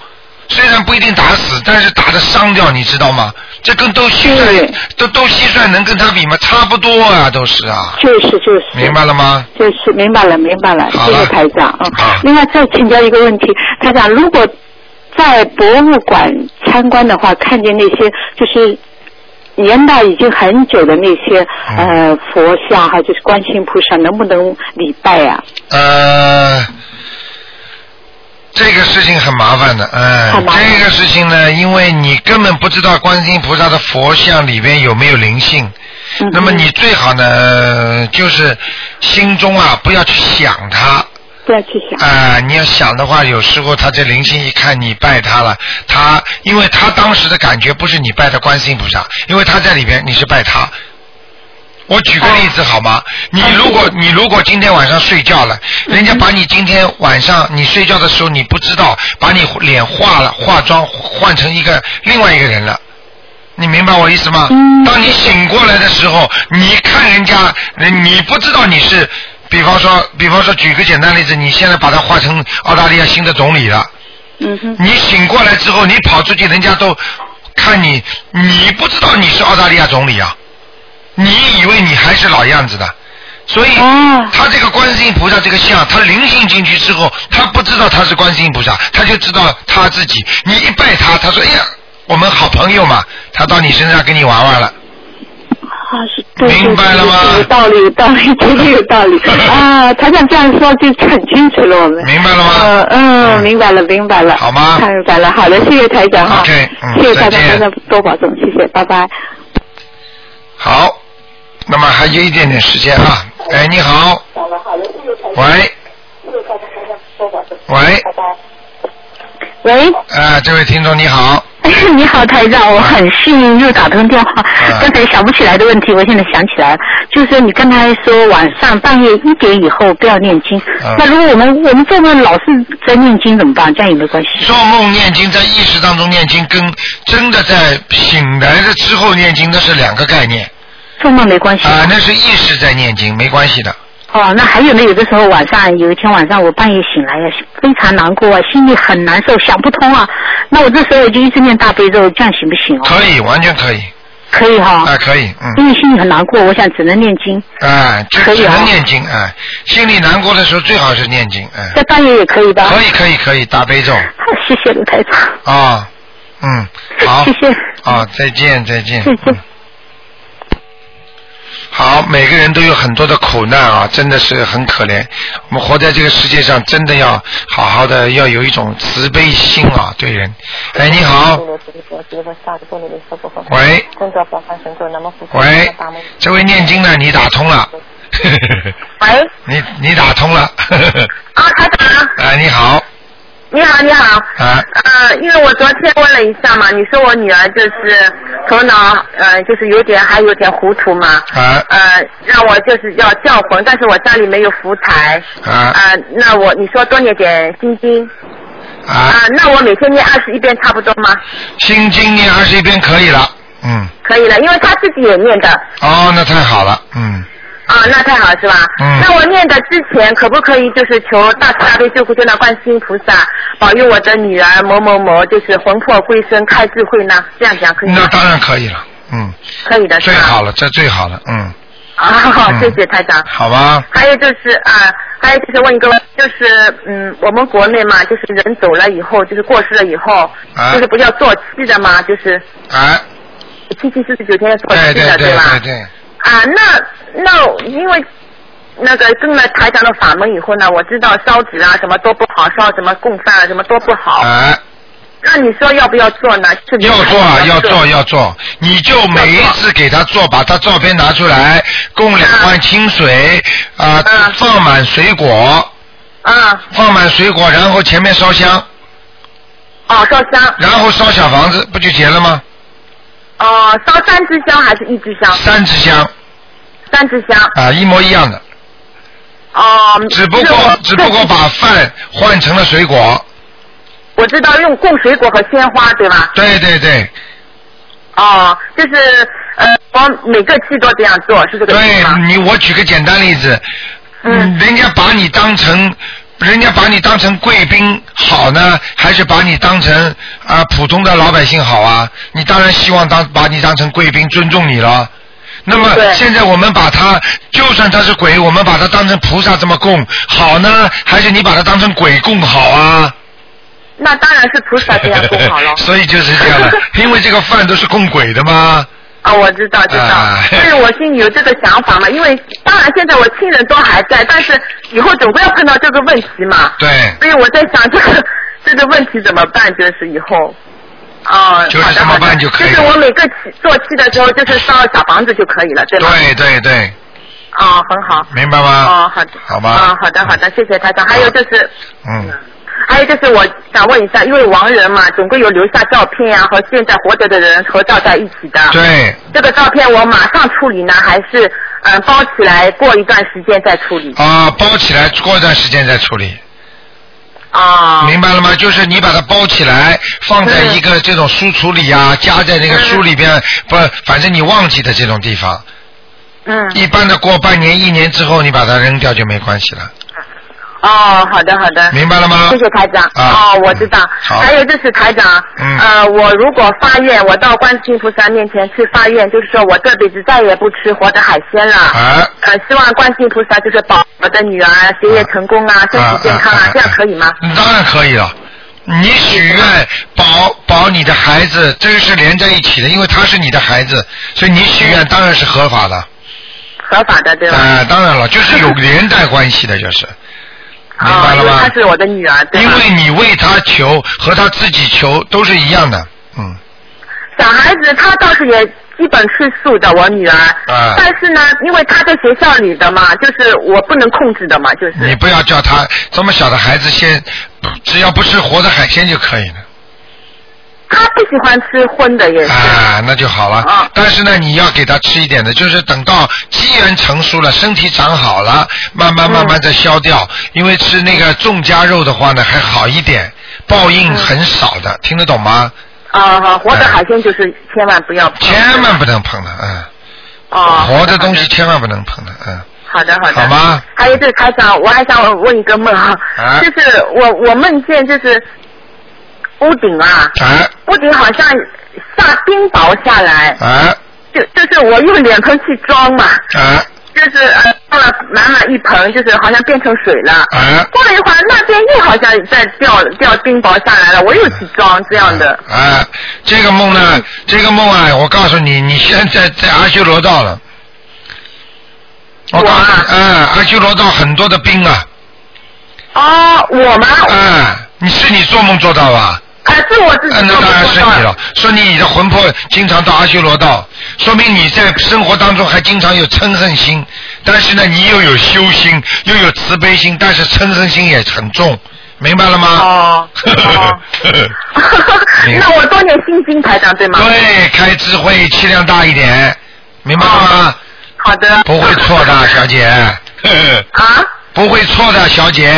Speaker 2: 虽然不一定打死，但是打的伤掉，你知道吗？这跟斗蟋蟀
Speaker 5: 对，
Speaker 2: 斗斗蟋蟀能跟他比吗？差不多啊，都是啊，
Speaker 5: 就是就是，
Speaker 2: 明白了吗？
Speaker 5: 就是明白了，明白了，
Speaker 2: 好
Speaker 5: 谢
Speaker 2: 了
Speaker 5: 谢台长。嗯
Speaker 2: 好，
Speaker 5: 另外再请教一个问题，台长，如果在博物馆参观的话，看见那些就是
Speaker 9: 年代已经很久的那些
Speaker 5: 嗯
Speaker 9: 呃佛像哈，就是观世音菩萨，能不能礼拜啊？
Speaker 2: 呃，这个事情很麻烦的，哎、
Speaker 9: 很麻烦
Speaker 2: 这个事情呢，因为你根本不知道观世音菩萨的佛像里边有没有灵性，
Speaker 9: 嗯
Speaker 2: 那么你最好呢，呃就是心中啊不要去想它。
Speaker 9: 不要去想。
Speaker 2: 啊、你要想的话，有时候他这灵性一看你拜他了，他因为他当时的感觉不是你拜的观世音菩萨，因为他在里边，你是拜他。我举个例子好吗？你如果你如果今天晚上睡觉了，人家把你今天晚上你睡觉的时候你不知道，把你脸化了化妆换成一个另外一个人了。你明白我意思吗？
Speaker 9: 嗯
Speaker 2: 当你醒过来的时候，你看人家，人你不知道你是，比方说，比方说，举个简单例子，你现在把他化成澳大利亚新的总理了，
Speaker 9: 嗯哼，
Speaker 2: 你醒过来之后，你跑出去，人家都看你，你不知道你是澳大利亚总理啊，你以为你还是老样子的，所以
Speaker 9: 哦
Speaker 2: 他这个观世音菩萨这个像，他灵性进去之后，他不知道他是观世音菩萨，他就知道他自己。你一拜他，他说：“哎呀，我们好朋友嘛。”他到你身上跟你玩玩了。
Speaker 9: 啊，是对
Speaker 2: 明白了吗
Speaker 9: 对对有道理，有道 理，绝对有道理啊！台长这样说就很清楚了，我们
Speaker 2: 明白了吗？
Speaker 6: 呃
Speaker 9: 嗯、嗯，明白了，明白了。
Speaker 2: 啊好吗
Speaker 9: 明白了，好的，谢谢台长哈
Speaker 2: OK，嗯
Speaker 9: 谢谢
Speaker 2: 再
Speaker 9: 台长，
Speaker 2: 见
Speaker 9: 台长多保重，谢谢，拜拜。
Speaker 2: 好，那么还有一点点时间啊。哎，你好，喂，喂，
Speaker 10: 喂，
Speaker 2: 啊，这位听众你好，
Speaker 10: 你好，台长，我很幸运又打通电话。刚才想不起来的问题，我现在想起来了，就是说你刚才说晚上半夜一点以后不要念经。
Speaker 2: 嗯
Speaker 10: 那如果我们我们做梦老是在念经怎么办？这样有没有关系？
Speaker 2: 做梦念经在意识当中念经，跟真的在醒来了之后念经那是两个概念
Speaker 10: 做梦没关系。
Speaker 2: 啊，那是意识在念经，没关系的。
Speaker 10: 哦，那还有呢？有的时候晚上，有一天晚上我半夜醒来呀，非常难过啊，心里很难受，想不通啊。那我这时候我就一直念大悲咒，这样行不行哦？
Speaker 2: 可以，完全可以，
Speaker 10: 可以哈、
Speaker 2: 啊，可以，嗯，
Speaker 10: 因为心里很难过，我想只能念经，
Speaker 2: 啊，就
Speaker 10: 可以
Speaker 2: 只
Speaker 10: 啊
Speaker 2: 能念经啊，心里难过的时候最好是念经，哎，
Speaker 10: 在半夜也可以吧？
Speaker 2: 可以，可以，可以，大悲咒
Speaker 10: 谢谢卢台长，
Speaker 2: 啊，嗯，好
Speaker 10: 谢，谢。
Speaker 2: 啊，再见，再见
Speaker 10: 再见，
Speaker 2: 嗯好，每个人都有很多的苦难啊，真的是很可怜。我们活在这个世界上，真的要好好的，要有一种慈悲心啊，对人。哎，你好，喂，喂，这位念经的你打通了，
Speaker 6: 喂，
Speaker 2: 你你打通了，
Speaker 6: 啊，台长，
Speaker 2: 哎，你好，
Speaker 6: 你好，你好，
Speaker 2: 啊，
Speaker 6: 呃，因为我昨天问了一下嘛，你说我女儿就是头脑，呃，就是有点还有点糊涂嘛，
Speaker 2: 啊
Speaker 6: 呃，让我就是要叫魂，但是我家里没有福财，
Speaker 2: 啊
Speaker 6: 呃，那我你说多念点心经，
Speaker 2: 啊，
Speaker 6: 啊、那我每天念二十一遍差不多吗？
Speaker 2: 心经念二十一遍可以了，嗯，
Speaker 6: 可以了，因为她自己也念的，
Speaker 2: 哦，那太好了，嗯，
Speaker 6: 啊，那太好了是吧？
Speaker 2: 嗯
Speaker 6: 那我念的之前可不可以就是求大慈大悲救苦救难观世音菩萨保佑我的女儿某某某就是魂魄归身开智慧呢？这样讲可以吗
Speaker 2: 那？当然可以了，嗯，
Speaker 6: 可以的是
Speaker 2: 最
Speaker 6: 吧？
Speaker 2: 好了，这最好了，嗯，
Speaker 6: 啊，好，
Speaker 2: 嗯
Speaker 6: 谢谢台长。
Speaker 2: 好吧，
Speaker 6: 还有就是啊，还有就是问一个问题，就是嗯，我们国内嘛，就是人走了以后，就是过世了以后，
Speaker 2: 啊
Speaker 6: 就是不要做七的嘛，就是
Speaker 2: 哎，
Speaker 6: 七七四十九天要做
Speaker 2: 对
Speaker 6: 七
Speaker 2: 对
Speaker 6: 的，
Speaker 2: 对
Speaker 6: 吧？
Speaker 2: 对对，
Speaker 6: 啊，那那因为那个跟了台长的法门以后呢，我知道烧纸啊什么都不好，烧什么供饭啊什么都不好。
Speaker 2: 哎。
Speaker 6: 那你说要不要做呢？是不是
Speaker 2: 要做啊，
Speaker 6: 还是
Speaker 2: 要做要做，你就每一次给他做，把他照片拿出来，供两罐清水，啊、
Speaker 6: 嗯
Speaker 2: 放满水果，
Speaker 6: 啊，
Speaker 2: 放满水果，然后前面烧香，
Speaker 6: 哦，烧香，
Speaker 2: 然后烧小房子，不就结了吗？
Speaker 6: 哦，烧三支香还是一支香？
Speaker 2: 三支香
Speaker 6: 三支香。
Speaker 2: 啊、一模一样的，
Speaker 6: 哦，
Speaker 2: 只不
Speaker 6: 是我
Speaker 2: 过只不过把饭换成了水果，
Speaker 6: 我知道用供水果和鲜花，对吧？
Speaker 2: 对对对
Speaker 6: 哦，就是呃，我每个期都这样做，是这个意思吗？
Speaker 2: 对，你我举个简单例子，嗯，人家把你当成。人家把你当成贵宾好呢，还是把你当成啊、普通的老百姓好啊？你当然希望当把你当成贵宾，尊重你了。那么
Speaker 6: 对
Speaker 2: 现在我们把他，就算他是鬼，我们把他当成菩萨这么供好呢，还是你把他当成鬼供好啊？
Speaker 6: 那当然是菩萨这样供好
Speaker 2: 。
Speaker 6: 了
Speaker 2: 所以就是这样的，因为这个饭都是供鬼的嘛。
Speaker 6: 哦，我知道，知道，
Speaker 2: 啊
Speaker 6: 所以我心里有这个想法嘛。因为当然现在我亲人都还在，但是以后总归要碰到这个问题嘛。
Speaker 2: 对，
Speaker 6: 所以我在想这个 这个问题怎么办，就是以后。哦，
Speaker 2: 就是这么办就可以了
Speaker 6: 就是我每个期做期的时候，就是烧小房子就可以了，对吧？
Speaker 2: 对对对，
Speaker 6: 哦，很好。
Speaker 2: 明白吗
Speaker 6: 哦，好的。
Speaker 2: 好吧
Speaker 6: 啊、好的，好的，谢谢台长。还有就是，
Speaker 2: 嗯，
Speaker 6: 还有就是，我想问一下，因为亡人嘛，总归有留下照片啊，和现在活着的人合照在一起的。。
Speaker 2: 对，
Speaker 6: 这个照片我马上处理呢，还是嗯、呃包起来过一段时间再处理？
Speaker 2: 啊，包起来，过一段时间再处理。
Speaker 6: 啊。
Speaker 2: 明白了吗？就是你把它包起来，放在一个这种书橱里
Speaker 6: 嗯
Speaker 2: 啊，夹在那个书里边，不，反正你忘记的这种地方。
Speaker 6: 嗯。
Speaker 2: 一般的过半年、一年之后，你把它扔掉就没关系了。
Speaker 6: 哦，好的好的。
Speaker 2: 明白了吗
Speaker 6: 谢谢台长。
Speaker 2: 啊
Speaker 6: 哦，我知道。
Speaker 2: 好
Speaker 6: 还有就是台长，
Speaker 2: 嗯
Speaker 6: 呃，我如果发愿，我到观世音菩萨面前去发愿，就是说我这辈子再也不吃活的海鲜了。
Speaker 2: 啊。
Speaker 6: 呃，希望观世音菩萨就是保我的女儿学业成功啊，身体健康啊，这样可以吗？
Speaker 2: 当然可以了。你许愿保保你的孩子，这个是连在一起的，因为他是你的孩子，所以你许愿当然是合法的。
Speaker 6: 合法的对吧？
Speaker 2: 啊、当然了，就是有连带关系的， 就是。明白
Speaker 6: 哦，
Speaker 2: 了
Speaker 6: 因为
Speaker 2: 吗
Speaker 6: 她？是我的女儿，对
Speaker 2: 因
Speaker 6: 吧？
Speaker 2: 为你为他求和他自己求都是一样的，嗯，
Speaker 6: 小孩子她倒是也基本吃素的，我女儿。
Speaker 2: 啊
Speaker 6: 但是呢，因为她在学校里的嘛，就是我不能控制的嘛，就是。
Speaker 2: 你不要叫他这么小的孩子先，只要不吃活的海鲜就可以了
Speaker 6: 她不喜欢吃荤的也是。
Speaker 2: 啊，那就好了。
Speaker 6: 哦
Speaker 2: 但是呢，你要给他吃一点的，就是等到机缘成熟了，身体长好了，慢慢慢慢再消掉。
Speaker 6: 嗯
Speaker 2: 因为吃那个重加肉的话呢，还好一点，报应很少的，听得懂吗？
Speaker 6: 啊，好活的海鲜就是千万不要碰。
Speaker 2: 哎千万不能碰的，嗯，
Speaker 6: 哦。
Speaker 2: 活的东西千万不能碰的，嗯。
Speaker 6: 好的，好的。
Speaker 2: 好吗？
Speaker 6: 还有就是台长，我还想问一个梦啊，
Speaker 2: 啊
Speaker 6: 就是我我梦见就是屋顶啊，
Speaker 2: 啊
Speaker 6: 屋顶好像下冰雹下来，
Speaker 2: 啊
Speaker 6: 就就是我用脸盆去装嘛，
Speaker 2: 啊
Speaker 6: 就是呃放了满满一盆，就是好像变成水了。
Speaker 2: 啊
Speaker 6: 过了一会儿，那边又好像在掉掉冰雹下来了，我又去装这样的。嗯
Speaker 2: 啊！这个梦呢，这个梦啊，我告诉你，你现在在阿修罗道了。我告诉你，嗯，阿修罗道很多的兵啊。
Speaker 6: 哦，我吗？
Speaker 2: 嗯，你是你做梦做到吧？
Speaker 6: 啊，是我自己
Speaker 2: 嗯，那当然是你了。说你你的魂魄经常到阿修罗道，说明你在生活当中还经常有嗔恨心，但是呢，你又有修心，又有慈悲心，但是嗔恨心也很重，明白了吗？
Speaker 6: 哦。 那我多念心经，台长对吗？
Speaker 2: 对，开智慧，气量大一点，明白了
Speaker 6: 哦
Speaker 2: 吗？
Speaker 6: 好的。
Speaker 2: 不会错的，小姐。
Speaker 6: 啊？
Speaker 2: 不会错的，小姐。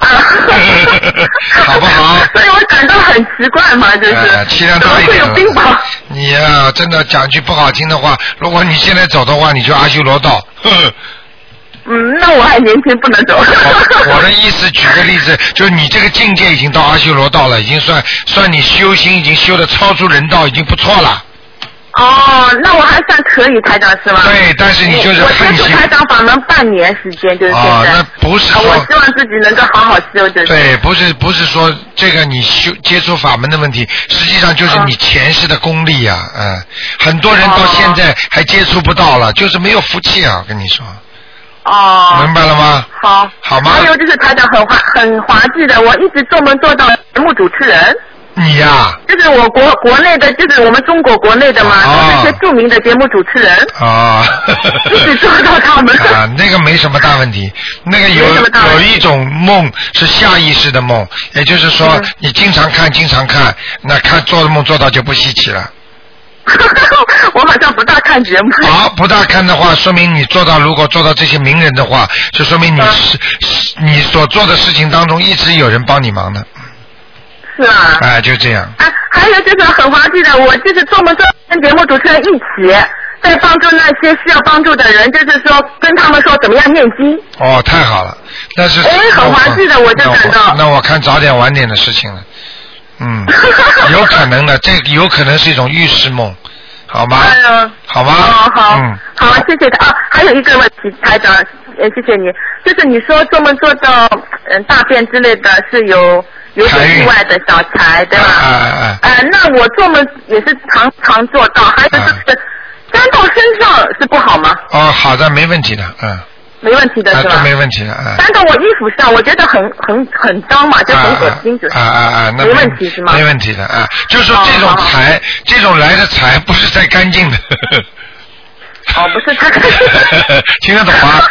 Speaker 2: 好不好？
Speaker 6: 所以我感到很奇怪嘛，就是、
Speaker 2: 呃，气量
Speaker 6: 怎么
Speaker 2: 大一
Speaker 6: 会
Speaker 2: 点
Speaker 6: 有冰雹？
Speaker 2: 了。你呀、真的讲句不好听的话，如果你现在走的话，你就阿修罗 道。呵呵
Speaker 6: 嗯，那我还年轻，不能走。
Speaker 2: 我我的意思，举个例子，就是你这个境界已经到阿修罗道了，已经算算你修行已经修的超出人道，已经不错了。
Speaker 6: 哦，那我还算可以，台长是吗？
Speaker 2: 对但是你就是
Speaker 6: 我我
Speaker 2: 恨
Speaker 6: 接触
Speaker 2: 心
Speaker 6: 台长法门半年时间，就是现
Speaker 2: 哦，
Speaker 6: 在。
Speaker 2: 那不是
Speaker 6: 啊
Speaker 2: 说
Speaker 6: 我希望自己能够好好修，就是。
Speaker 2: 对，不是不是说这个你修接触法门的问题，实际上
Speaker 6: 啊
Speaker 2: 就是你前世的功力呀、嗯，很多人到现
Speaker 6: 啊
Speaker 2: 在还接触不到了，就是没有福气啊，我跟你说，
Speaker 6: 哦。
Speaker 2: 明白了吗？
Speaker 6: 好。
Speaker 2: 好吗
Speaker 6: 还有就是台长很滑很滑稽的，我一直做梦做到节目主持人。
Speaker 2: 你呀、
Speaker 6: 就是我国国内的，就是我们中国国内的嘛，
Speaker 2: 哦
Speaker 6: 都是一些著名的节目主持人。
Speaker 2: 啊，
Speaker 6: 一直做到 他们
Speaker 2: 啊，那个没什么大问题，那个有
Speaker 6: 没什么大问
Speaker 2: 有
Speaker 6: 题
Speaker 2: 一种梦是下意识的梦，也就是
Speaker 6: 嗯
Speaker 2: 说你经常看，经常看，那看做梦做到就不稀奇了。
Speaker 6: 我好像不大看节目。
Speaker 2: 好，不大看的话，说明你做到，如果做到这些名人的话，就说明你
Speaker 6: 嗯
Speaker 2: 是、是你所做的事情当中一直有人帮你
Speaker 6: 嗯
Speaker 2: 忙的，
Speaker 6: 是啊。
Speaker 2: 哎，就这样。
Speaker 6: 啊，还有就是很滑稽的，我就是做梦做跟节目主持人一起，在帮助那些需要帮助的人，就是说跟他们说怎么样念经。
Speaker 2: 哦，太好了，那是
Speaker 6: 哎很滑稽的我就
Speaker 2: 那
Speaker 6: 感到
Speaker 2: 那我看早点晚点的事情了， 嗯，有可能的，这有可能是一种预示梦，好吗？
Speaker 6: 哎呀
Speaker 2: 好吗？
Speaker 6: 哦好
Speaker 2: 嗯，
Speaker 6: 好，谢谢他啊。还有一个问题，台长，呃，谢谢你，就是你说做梦做到嗯大便之类的是有有
Speaker 2: 财
Speaker 6: 点
Speaker 2: 运
Speaker 6: 意外的小财，对吧？
Speaker 2: 哎哎哎，啊
Speaker 6: 呃，那我做梦也是常常做到，还有就是、沾到身上是不好吗？
Speaker 2: 哦，好的，没问题的，嗯，
Speaker 6: 没问题的
Speaker 2: 啊，
Speaker 6: 是吧？
Speaker 2: 都没问题的，啊
Speaker 6: 沾到我衣服上，我觉得很很很脏嘛，就很恶心，就是
Speaker 2: 啊啊啊，那
Speaker 6: 没问题是吗
Speaker 2: 没问题的啊，就是说这种财，这种来的财不是太干 净的。
Speaker 6: 哦，不是太干
Speaker 2: 净。听得懂吗？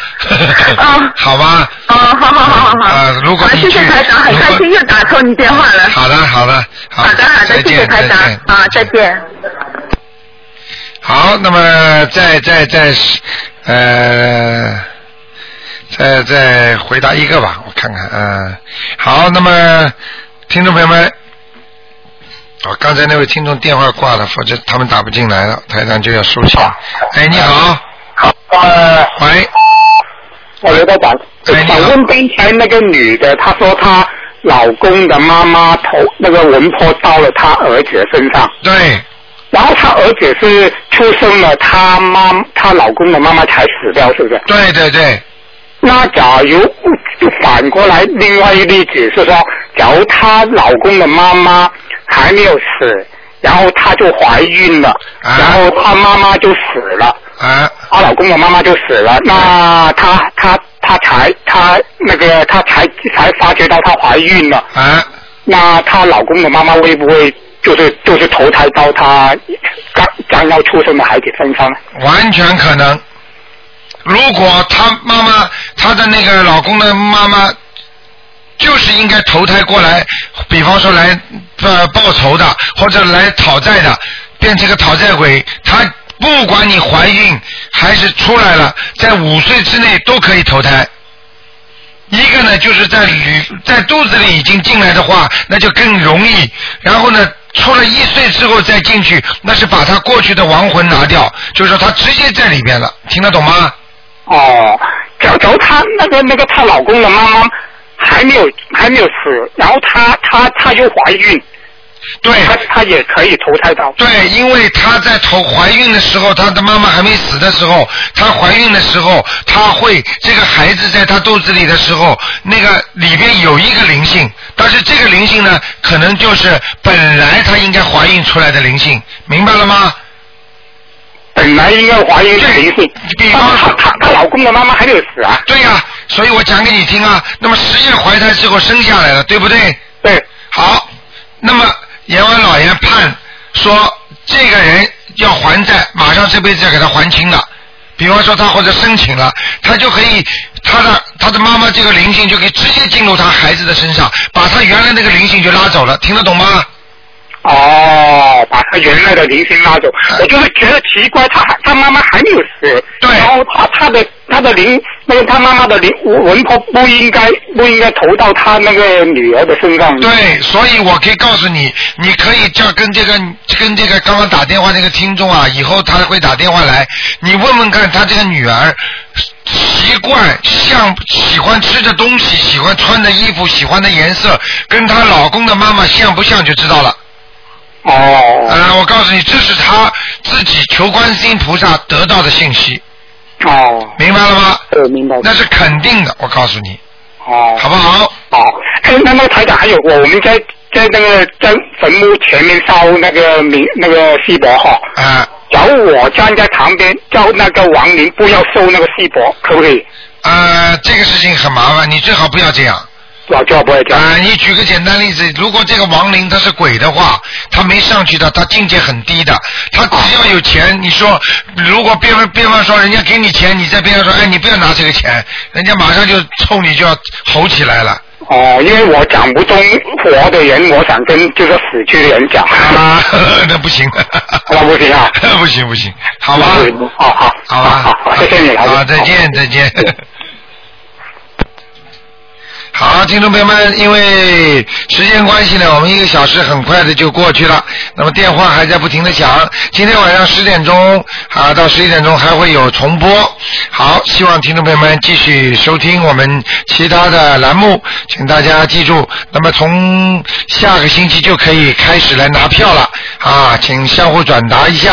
Speaker 2: 好吧。
Speaker 6: 哦，好好好好好。
Speaker 2: 啊，如果
Speaker 6: 好，
Speaker 2: 你
Speaker 6: 谢谢
Speaker 2: 去
Speaker 6: 台长，很开心又打通你电话了。
Speaker 2: 好的，好的，好
Speaker 6: 好的好的
Speaker 2: 再，
Speaker 6: 谢谢
Speaker 2: 见，
Speaker 6: 台
Speaker 2: 再
Speaker 6: 长
Speaker 2: 见。
Speaker 6: 啊，再见。
Speaker 2: 好，那么再再再，呃，再再回答一个吧，我看看，嗯、好，那么听众朋友们，哦，刚才那位听众电话挂了，否则他们打不进来了，台上就要收线。哎，你好，
Speaker 8: 呃，
Speaker 2: 喂，
Speaker 8: 我刘队长，想问刚才那个女的，她说她老公的妈妈头那个文波到了她儿子身上，
Speaker 2: 对，
Speaker 8: 然后她儿子是出生了，她妈她老公的妈妈才死掉，是不是？
Speaker 2: 对对对，
Speaker 8: 那假如反过来，另外一例子是说，假如她老公的妈妈还没有死，然后她就怀孕了，然后她妈妈就死了。
Speaker 2: 啊，
Speaker 8: 她老公的妈妈就死了，那她她她才她那个她才才发觉到她怀孕了，
Speaker 2: 啊，
Speaker 8: 那她老公的妈妈会不会就是就是投胎到她刚刚要出生的孩子身上？
Speaker 2: 完全可能。如果她妈妈，她的那个老公的妈妈，就是应该投胎过来，比方说来呃报仇的，或者来讨债的，变成个讨债鬼，她不管你怀孕还是出来了，在五岁之内都可以投胎。一个呢，就是在旅在肚子里已经进来的话，那就更容易。然后呢，出了一岁之后再进去，那是把他过去的亡魂拿掉，就是说他直接在里边了，听得懂吗？
Speaker 8: 哦，假假如她那个那个她老公的妈妈还没有还没有死，然后她她她又怀孕，
Speaker 2: 对，
Speaker 8: 她她也可以投胎到。
Speaker 2: 对，因为她在头怀孕的时候，她的妈妈还没死的时候，她怀孕的时候，她会这个孩子在她肚子里的时候，那个里边有一个灵性，但是这个灵性呢，可能就是本来她应该怀孕出来的灵性，明白了吗？
Speaker 8: 本来应该怀孕的灵性，
Speaker 2: 比方
Speaker 8: 她她她老公的妈妈还没有死啊。
Speaker 2: 对呀、所以我讲给你听啊。那么十月怀胎之后生下来了，对不对？
Speaker 8: 对。
Speaker 2: 好，那么阎王老爷判说这个人要还债，马上这辈子要给他还清了。比方说他或者申请了，他就可以他的他的妈妈这个灵性就可以直接进入他孩子的身上，把他原来那个灵性就拉走了，听得懂吗？
Speaker 8: 哦，把他原来的灵性拉走，我就是觉得奇怪，他他妈妈还没有死，嗯对，然后他他的他的灵，那个他妈妈的灵魂魄不应该不应该投到他那个女儿的身上。
Speaker 2: 对，所以我可以告诉你，你可以这样跟这个跟这个刚刚打电话那个听众啊，以后他会打电话来，你问问看他这个女儿习惯像喜欢吃的东西、喜欢穿的衣服、喜欢的颜色，跟她老公的妈妈像不像就知道了。
Speaker 8: 哦。
Speaker 2: 呃，我告诉你，这是她自己求观世音菩萨得到的信息。
Speaker 8: 哦。
Speaker 2: 明白了吗？
Speaker 8: 呃，明白。
Speaker 4: 哦
Speaker 2: 那是肯定的，我告诉你。
Speaker 8: 哦，
Speaker 2: 好不好？
Speaker 8: 好，哎，那那台长还有我，我们在在那个在坟墓前面烧那个明那个锡箔哈。
Speaker 2: 啊。
Speaker 8: 假如我站在旁边叫那个亡灵不要收那个锡箔，可不可以？
Speaker 2: 呃，这个事情很麻烦，你最好不要这样。
Speaker 8: 老叫不要这
Speaker 2: 样。啊、你举个简单例子，如果这个亡灵他是鬼的话，他没上去的，他境界很低的，他只要有钱，你说如果边边方说人家给你钱，你在边上说，哎，你不要拿这个钱，人家马上就冲你就要吼起来了。
Speaker 8: 哦，因为我讲不通活的人，我想跟就是死去的人讲。
Speaker 2: 啊， 那不行。
Speaker 8: 那不行啊。
Speaker 2: 不行不行，好吧。
Speaker 8: 好好
Speaker 2: 好吧，
Speaker 8: 好谢谢你
Speaker 2: 好，再见再见。 好，听众朋友们，因为时间关系呢，我们一个小时很快的就过去了。那么电话还在不停的响，今天晚上十点钟啊到十一点钟还会有重播。好，希望听众朋友们继续收听我们其他的栏目，请大家记住，那么从下个星期就可以开始来拿票了啊，请相互转达一下。